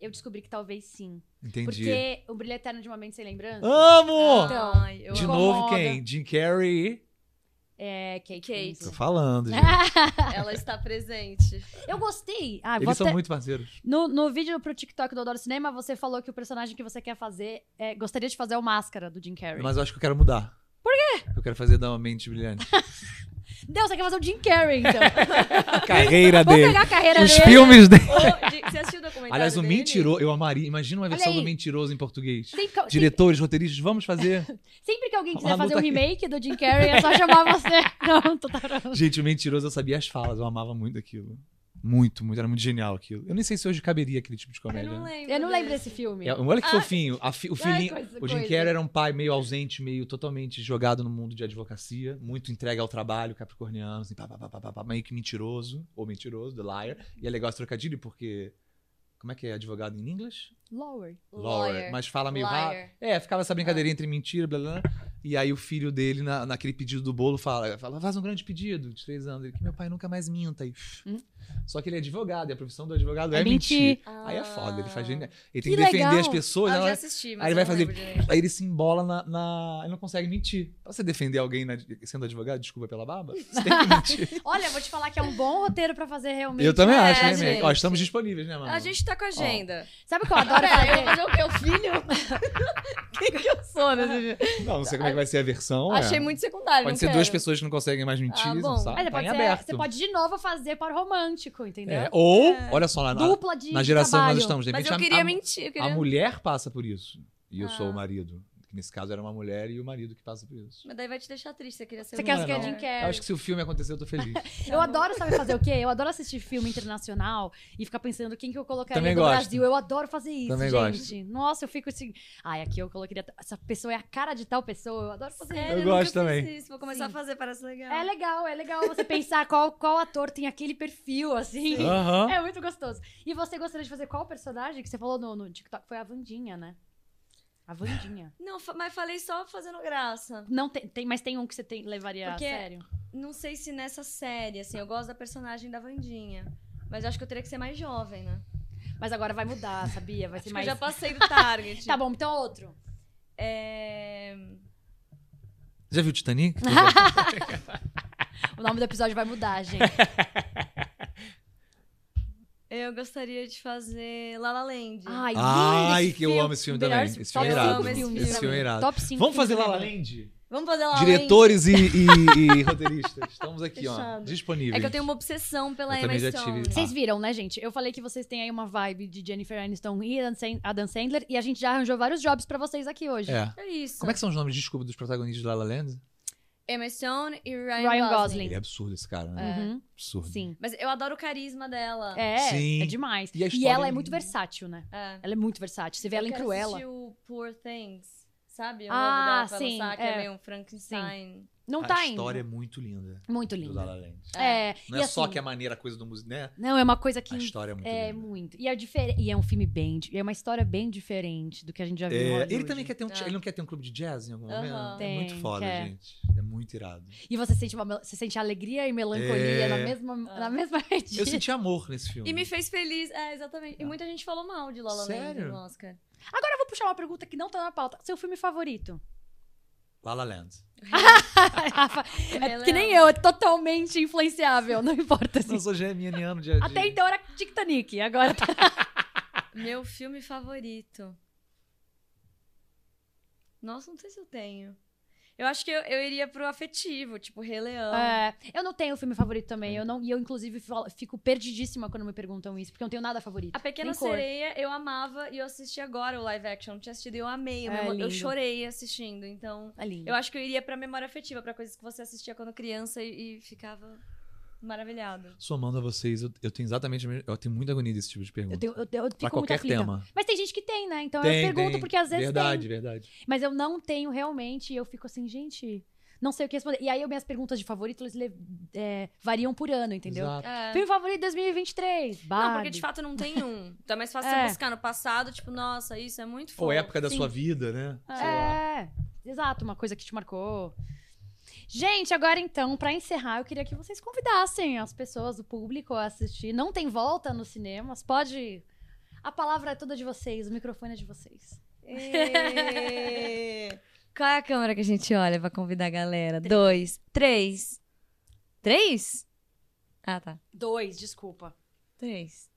Speaker 1: eu descobri que talvez sim.
Speaker 3: Entendi.
Speaker 1: Porque o Brilho Eterno de uma Mente Sem Lembrança.
Speaker 3: Amo!
Speaker 1: Então,
Speaker 2: Ai, eu
Speaker 3: de
Speaker 1: amo.
Speaker 3: novo
Speaker 1: Incomoda.
Speaker 3: quem? Jim Carrey.
Speaker 1: É, Kate.
Speaker 2: Kate.
Speaker 1: Winslet.
Speaker 3: Tô falando,
Speaker 1: Ah,
Speaker 3: gente.
Speaker 2: Ela está presente.
Speaker 1: Eu gostei. Ah, vou
Speaker 3: Eles são
Speaker 1: até-
Speaker 3: muito parceiros.
Speaker 1: no, no vídeo pro TikTok do Adoro Cinema, você falou que o personagem que você quer fazer é, gostaria de fazer é o Máscara do Jim Carrey.
Speaker 3: Mas eu acho que eu quero mudar. Por quê? Eu quero fazer da mente brilhante.
Speaker 1: Deus, você quer fazer o Jim Carrey, então.
Speaker 3: A carreira
Speaker 1: Vamos pegar a carreira
Speaker 3: É Os
Speaker 1: dele.
Speaker 3: filmes dele.
Speaker 2: Ô, Di- você assistiu o documentário?
Speaker 3: Aliás, o
Speaker 2: dele?
Speaker 3: mentiroso. Eu amaria. Imagina uma
Speaker 1: Olha
Speaker 3: versão
Speaker 1: aí.
Speaker 3: do mentiroso em português.
Speaker 1: Sempre, que-
Speaker 3: Diretores, roteiristas, vamos fazer.
Speaker 1: sempre- sempre que alguém quiser
Speaker 3: Manu
Speaker 1: fazer
Speaker 3: tá
Speaker 1: um
Speaker 3: aqui.
Speaker 1: remake do Jim Carrey, é só chamar você. Não, tô tarando.
Speaker 3: Gente, o mentiroso eu sabia as falas, eu amava muito aquilo. Muito, muito, era muito genial aquilo. Eu nem sei se hoje caberia aquele tipo de
Speaker 2: Eu
Speaker 3: comédia.
Speaker 2: não lembro.
Speaker 1: Eu não lembro
Speaker 2: desse.
Speaker 1: desse filme.
Speaker 3: É, olha que
Speaker 2: Ah.
Speaker 3: fofinho. a fi- o, filhinho,
Speaker 1: coisa-
Speaker 3: o Jim
Speaker 1: coisa.
Speaker 3: Carrey era um pai meio ausente, meio totalmente jogado no mundo de advocacia, muito entregue ao trabalho, capricorniano, assim, pá, pá, pá, pá, pá, pá, meio que mentiroso, ou mentiroso, the liar. E é legal esse trocadilho porque. Como é que é advogado em inglês?
Speaker 1: Lower.
Speaker 2: Lawyer.
Speaker 3: Mas fala meio rápido.
Speaker 2: Liar.
Speaker 3: É, ficava essa brincadeira entre mentira, blá, blá, blá. E aí o filho dele, na, naquele pedido do bolo, fala, fala, faz um grande pedido de três anos. Ele, que meu pai nunca mais minta. E,
Speaker 1: Hum.
Speaker 3: Só que ele é advogado, e a profissão do advogado é,
Speaker 1: É mentir.
Speaker 3: mentir. Aí é foda, ele faz genial. Ele tem
Speaker 1: Que
Speaker 3: que defender
Speaker 1: legal.
Speaker 3: as
Speaker 2: Ah,
Speaker 3: pessoas.
Speaker 2: eu
Speaker 3: ela-
Speaker 2: já assisti, mas
Speaker 3: Aí
Speaker 2: eu
Speaker 3: vai
Speaker 2: não
Speaker 3: fazer-
Speaker 2: lembro direito.
Speaker 3: Aí ele se embola na, na- Ele não consegue mentir. Pra você defender alguém na- sendo advogado, desculpa pela baba, você tem que mentir.
Speaker 1: Olha, vou te falar que é um bom roteiro pra fazer realmente.
Speaker 3: Eu também
Speaker 1: É,
Speaker 3: acho, né,
Speaker 1: gente.
Speaker 3: Mac? Ó, estamos disponíveis, né, mano?
Speaker 2: A gente tá com agenda.
Speaker 1: Sabe o que É, eu adoro
Speaker 2: Pera, eu
Speaker 1: fazer?
Speaker 2: vou fazer o quê? O filho? Quem que eu sou nesse filme?
Speaker 3: Não, não sei como é que vai ser a versão. é.
Speaker 2: Achei muito secundário,
Speaker 3: Pode
Speaker 2: não
Speaker 3: ser
Speaker 2: quero.
Speaker 3: duas pessoas que não conseguem mais mentir,
Speaker 2: Ah, bom.
Speaker 3: não sabe?
Speaker 1: Olha,
Speaker 3: tá
Speaker 1: pode
Speaker 3: em
Speaker 1: ser-
Speaker 3: aberto.
Speaker 1: você pode de novo fazer par romântico, entendeu?
Speaker 3: É, Ou,
Speaker 2: É.
Speaker 3: olha só, na, na-
Speaker 1: Dupla de
Speaker 3: na geração que
Speaker 1: trabalho.
Speaker 3: nós estamos. de
Speaker 2: Mas
Speaker 3: repente,
Speaker 2: eu
Speaker 3: a-
Speaker 2: queria
Speaker 3: a,
Speaker 2: mentir, eu
Speaker 3: a
Speaker 2: queria...
Speaker 3: mulher passa por isso. E eu sou
Speaker 2: Ah.
Speaker 3: o marido. Que nesse caso era uma mulher e o marido que passa por isso.
Speaker 2: Mas daí vai te deixar triste, você queria ser
Speaker 1: Você
Speaker 2: um
Speaker 1: quer
Speaker 3: Não é,
Speaker 1: que a
Speaker 3: não.
Speaker 1: Jim
Speaker 3: Eu
Speaker 1: Carrey?
Speaker 3: acho que se o filme acontecer, eu tô feliz.
Speaker 2: é?
Speaker 1: Eu adoro, sabe fazer o quê? Eu adoro assistir filme internacional e ficar pensando quem que eu colocaria
Speaker 3: Também
Speaker 1: do
Speaker 3: gosto.
Speaker 1: Brasil. Eu adoro fazer isso,
Speaker 3: Também
Speaker 1: gente. Nossa, eu fico assim... Ai, aqui eu colocaria... Essa pessoa é a cara de tal pessoa. Eu adoro fazer
Speaker 2: Sério,
Speaker 3: Eu
Speaker 2: nunca
Speaker 3: gosto
Speaker 2: fiz
Speaker 3: também.
Speaker 2: isso, Vou começar
Speaker 1: Sim.
Speaker 2: a fazer, parece legal.
Speaker 1: É legal, é legal você pensar qual, qual ator tem aquele perfil, assim.
Speaker 3: Aham.
Speaker 1: É muito gostoso. E você gostaria de fazer qual personagem que você falou no, no TikTok? Foi a Vandinha, né? A Vandinha.
Speaker 2: Não, fa- mas falei só fazendo graça.
Speaker 1: Não tem, tem, mas tem um que você tem, levaria
Speaker 2: Porque-
Speaker 1: a sério.
Speaker 2: Não sei se nessa série, assim, eu gosto da personagem da Vandinha. Mas acho que eu teria que ser mais jovem, né?
Speaker 1: Mas agora vai mudar, sabia? Vai ser
Speaker 2: Acho que
Speaker 1: mais.
Speaker 2: eu já passei do target.
Speaker 1: Tá bom, então outro.
Speaker 2: É,
Speaker 3: Já viu Titanic?
Speaker 1: O nome do episódio vai mudar, gente.
Speaker 2: Eu gostaria de fazer La La Land.
Speaker 1: Ai,
Speaker 3: Ai,
Speaker 1: lindo
Speaker 3: que eu
Speaker 1: filme.
Speaker 3: amo esse filme
Speaker 1: Melhor
Speaker 3: também. Esse
Speaker 1: top
Speaker 3: filme
Speaker 2: é
Speaker 1: cinco
Speaker 2: irado.
Speaker 1: filmes
Speaker 2: Esse
Speaker 1: pra
Speaker 3: filme é
Speaker 1: mim.
Speaker 3: irado.
Speaker 1: Top 5.
Speaker 3: Vamos fazer La La Land?
Speaker 2: Vamos fazer La La Land?
Speaker 3: Diretores e, e- e roteiristas. Estamos aqui, ó.
Speaker 2: Fechado.
Speaker 3: Disponíveis.
Speaker 2: É que eu
Speaker 1: um
Speaker 2: tenho uma obsessão pela
Speaker 3: Eu
Speaker 2: Emma
Speaker 3: também já
Speaker 2: Stone.
Speaker 3: tive.
Speaker 1: Vocês viram, né, gente? Eu falei que vocês têm aí uma vibe de Jennifer Aniston e Adam Sand- Adam Sandler e a gente já arranjou vários jobs pra vocês aqui hoje.
Speaker 3: É.
Speaker 2: É isso.
Speaker 3: Como é que são os nomes, desculpa, dos protagonistas de La La Land?
Speaker 2: Emma Stone e Ryan,
Speaker 1: é? Ryan Gosling.
Speaker 3: Ele é absurdo esse cara, né?
Speaker 1: Uhum,
Speaker 3: Absurdo.
Speaker 1: Sim.
Speaker 2: Mas eu adoro o carisma
Speaker 3: Ah.
Speaker 2: dela.
Speaker 1: É,
Speaker 3: Sim.
Speaker 1: é demais.
Speaker 3: E a
Speaker 1: E,
Speaker 3: história
Speaker 1: ela é
Speaker 3: é
Speaker 1: muito
Speaker 3: linda.
Speaker 1: versátil, né?
Speaker 2: É.
Speaker 1: Ela é muito versátil. Você vê ela em
Speaker 2: quero
Speaker 1: Cruella.
Speaker 2: assistir o Poor Things, sabe? O
Speaker 1: Ah,
Speaker 2: novo dela pra
Speaker 1: sim,
Speaker 2: lançar, que é
Speaker 1: é.
Speaker 2: meio um Frankenstein.
Speaker 1: Não
Speaker 3: a
Speaker 1: tá indo.
Speaker 3: história é muito linda.
Speaker 1: Muito
Speaker 3: Do La La
Speaker 1: linda.
Speaker 3: Land.
Speaker 1: É,
Speaker 3: Não
Speaker 1: e
Speaker 3: é só
Speaker 1: assim-
Speaker 3: que a maneira, a coisa do músico, né?
Speaker 1: Não, é uma coisa que
Speaker 3: A história é muito
Speaker 1: é
Speaker 3: linda.
Speaker 1: muito. E é diferente. E é um filme bem. di- É uma história bem diferente do que a gente já viu. em
Speaker 3: É,
Speaker 1: Hollywood.
Speaker 3: ele também quer ter um.
Speaker 2: É.
Speaker 3: Ele não quer ter um clube de jazz em algum
Speaker 2: Aham.
Speaker 3: momento? é
Speaker 1: tá. Tem,
Speaker 3: muito foda,
Speaker 1: quer.
Speaker 3: gente. É muito irado.
Speaker 1: E você sente, uma, mel- você sente alegria e melancolia
Speaker 3: É.
Speaker 1: na mesma,
Speaker 2: Ah.
Speaker 1: na mesma medida.
Speaker 3: Eu senti amor nesse filme.
Speaker 2: E me fez feliz. É, exatamente. E
Speaker 3: Ah.
Speaker 2: muita gente falou mal de La La Land
Speaker 3: Sério?
Speaker 2: no Oscar.
Speaker 1: Agora eu vou puxar uma pergunta que não tá na pauta. Seu filme favorito?
Speaker 3: La La Land.
Speaker 1: Rafa,
Speaker 2: Rei
Speaker 1: é que nem
Speaker 2: Leão.
Speaker 1: eu, é totalmente influenciável, não importa. Assim.
Speaker 3: Não sou geminiano de, de...
Speaker 1: Até então era Titanic, agora tá.
Speaker 2: Meu filme favorito. Nossa, não sei se eu tenho. Eu acho que eu, eu iria pro afetivo, tipo Rei Leão.
Speaker 1: É, eu não tenho filme favorito também. Eu não, e eu, inclusive, falo- fico perdidíssima quando me perguntam isso, porque eu não tenho nada favorito.
Speaker 2: A Pequena
Speaker 1: Nem cor.
Speaker 2: Sereia eu amava e eu assisti agora o live action. Eu Não tinha assistido e eu amei. Eu,
Speaker 1: É,
Speaker 2: me emo- eu
Speaker 1: lindo.
Speaker 2: chorei assistindo. Então,
Speaker 1: É lindo.
Speaker 2: eu acho que eu iria pra memória afetiva, pra coisas que você assistia quando criança e, e ficava maravilhado.
Speaker 3: Somando a vocês, eu, eu tenho exatamente. a mesma- Eu tenho muita agonia desse tipo de pergunta.
Speaker 1: Eu, tenho, eu, eu fico
Speaker 3: pra
Speaker 1: muito
Speaker 3: qualquer
Speaker 1: aflita.
Speaker 3: tema.
Speaker 1: Mas tem gente que tem, né? Então
Speaker 3: Tem,
Speaker 1: eu pergunto
Speaker 3: tem.
Speaker 1: porque às vezes
Speaker 3: Verdade, verdade.
Speaker 1: tem. Mas eu não tenho realmente e eu fico assim, gente, não sei o que responder. E aí eu, minhas perguntas de favorito elas le- é, variam por ano, entendeu?
Speaker 3: Exato.
Speaker 2: É.
Speaker 1: Filme favorito 2023, Barbie.
Speaker 2: Não, porque de fato não tem um. Então é mais fácil
Speaker 1: É.
Speaker 2: você buscar no passado, tipo, nossa, isso é muito fofo.
Speaker 3: Ou época da
Speaker 1: sim.
Speaker 3: sua vida, né? Sei lá.
Speaker 1: É, exato, uma coisa que te marcou. Gente, agora então, pra encerrar, eu queria que vocês convidassem as pessoas, o público a assistir. Não tem volta nos cinemas, pode. A palavra é toda de vocês, o microfone é de vocês.
Speaker 2: Ê. Qual é a câmera que a gente olha pra convidar a galera? Dois, três. Três? Ah, tá.
Speaker 1: Dois, desculpa.
Speaker 2: Três.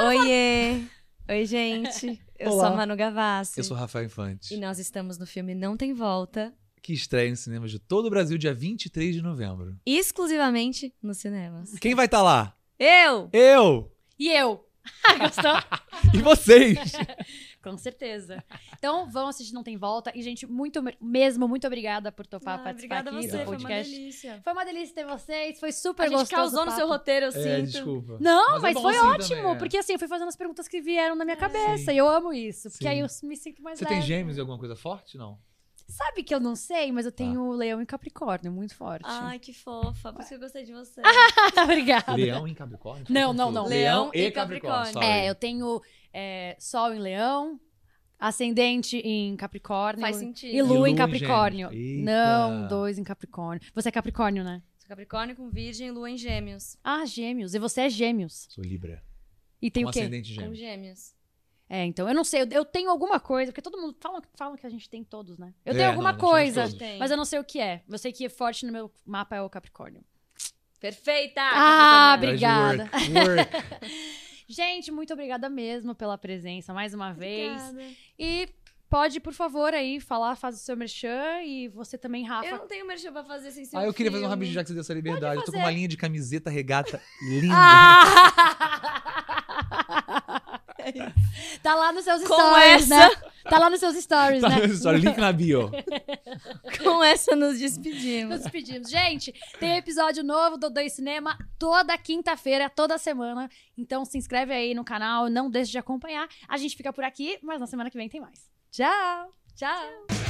Speaker 2: um Oiê! Oi, gente. Eu sou a
Speaker 3: Olá.
Speaker 2: Manu Gavassi.
Speaker 3: Eu sou Rafael Infante,
Speaker 2: E nós estamos no filme Não Tem Volta,
Speaker 3: que estreia em cinemas de todo o Brasil dia 23 de novembro.
Speaker 2: exclusivamente nos cinemas.
Speaker 3: Quem vai estar lá?
Speaker 2: Eu!
Speaker 3: Eu!
Speaker 1: E eu? Gostou?
Speaker 3: E vocês!
Speaker 1: Com certeza. Então, vão assistir Não Tem Volta. E, gente, muito me- mesmo, muito obrigada por topar participar
Speaker 2: Ah, obrigada a
Speaker 1: aqui
Speaker 2: você,
Speaker 1: do
Speaker 2: foi uma
Speaker 1: podcast.
Speaker 2: delícia.
Speaker 1: Foi uma delícia ter vocês, foi super
Speaker 2: A gente
Speaker 1: gostoso
Speaker 2: causou
Speaker 1: o
Speaker 2: no seu
Speaker 1: papo.
Speaker 2: roteiro, eu
Speaker 3: É,
Speaker 2: sinto.
Speaker 3: desculpa.
Speaker 1: Não,
Speaker 3: Mas
Speaker 1: mas,
Speaker 3: é bom
Speaker 1: foi
Speaker 3: assim
Speaker 1: ótimo,
Speaker 3: também, é.
Speaker 1: porque assim, eu fui fazendo as perguntas que vieram na minha
Speaker 2: É.
Speaker 1: cabeça,
Speaker 3: Sim.
Speaker 1: e eu amo isso, porque
Speaker 3: Sim.
Speaker 1: aí eu me sinto mais
Speaker 3: Você
Speaker 1: leve.
Speaker 3: tem gêmeos Tá. e alguma coisa forte? Não.
Speaker 1: Sabe que eu não sei, mas eu tenho leão e capricórnio, muito forte.
Speaker 2: Ai, que fofa. Por isso que eu gostei de você.
Speaker 1: Obrigada.
Speaker 3: Leão tá e Capricórnio?
Speaker 1: Ah, Não, não, não.
Speaker 2: Leão
Speaker 3: Leão, e
Speaker 2: e
Speaker 3: Capricórnio.
Speaker 2: Capricórnio.
Speaker 1: É, eu tenho é, sol em leão, ascendente em capricórnio.
Speaker 2: Faz sentido.
Speaker 1: E lua
Speaker 3: Lua
Speaker 1: em
Speaker 3: em
Speaker 1: capricórnio.
Speaker 3: gêmeos. Eita.
Speaker 1: Não, dois em capricórnio. Você é capricórnio, né?
Speaker 2: Sou Capricórnio com Virgem, Lua em Gêmeos.
Speaker 1: Ah, gêmeos. E você é gêmeos.
Speaker 3: Sou Libra.
Speaker 1: E tem
Speaker 3: Com
Speaker 1: o quê?
Speaker 3: ascendente
Speaker 2: Com
Speaker 3: gêmeo.
Speaker 2: Gêmeos.
Speaker 1: É, então, eu não sei. Eu, eu tenho alguma coisa, porque todo mundo fala, fala que a gente tem todos, né? Eu
Speaker 3: É,
Speaker 1: tenho
Speaker 3: não,
Speaker 1: alguma
Speaker 3: nós temos
Speaker 1: coisa.
Speaker 3: todos.
Speaker 2: Tem.
Speaker 1: Mas eu não sei o que é. Eu sei que forte no meu mapa é o Capricórnio.
Speaker 2: Perfeita!
Speaker 1: Ah,
Speaker 2: Capricórnio.
Speaker 1: Obrigada.
Speaker 3: Mas Work, work.
Speaker 1: Gente, muito obrigada mesmo pela presença mais uma vez.
Speaker 2: Obrigada.
Speaker 1: E pode, por favor, aí falar, faz o seu merchan e você também, Rafa.
Speaker 2: Eu não tenho merchan pra fazer sem ser
Speaker 3: Ah, eu queria fazer um
Speaker 2: filme.
Speaker 3: rabisco já que você deu essa liberdade. Eu tô com
Speaker 1: fazer.
Speaker 3: uma linha de camiseta regata linda.
Speaker 1: Ah! tá lá nos seus
Speaker 2: Com
Speaker 1: stories,
Speaker 2: essa.
Speaker 1: né? Tá lá nos seus stories,
Speaker 3: Tá
Speaker 1: né?
Speaker 3: vendo só? Link na bio.
Speaker 2: Com essa nos despedimos.
Speaker 1: Nos pedimos. Gente, tem episódio novo do Dois Cinema toda quinta-feira, toda semana. Então se inscreve aí no canal, não deixe de acompanhar. A gente fica por aqui, mas na semana que vem tem mais. Tchau! Tchau.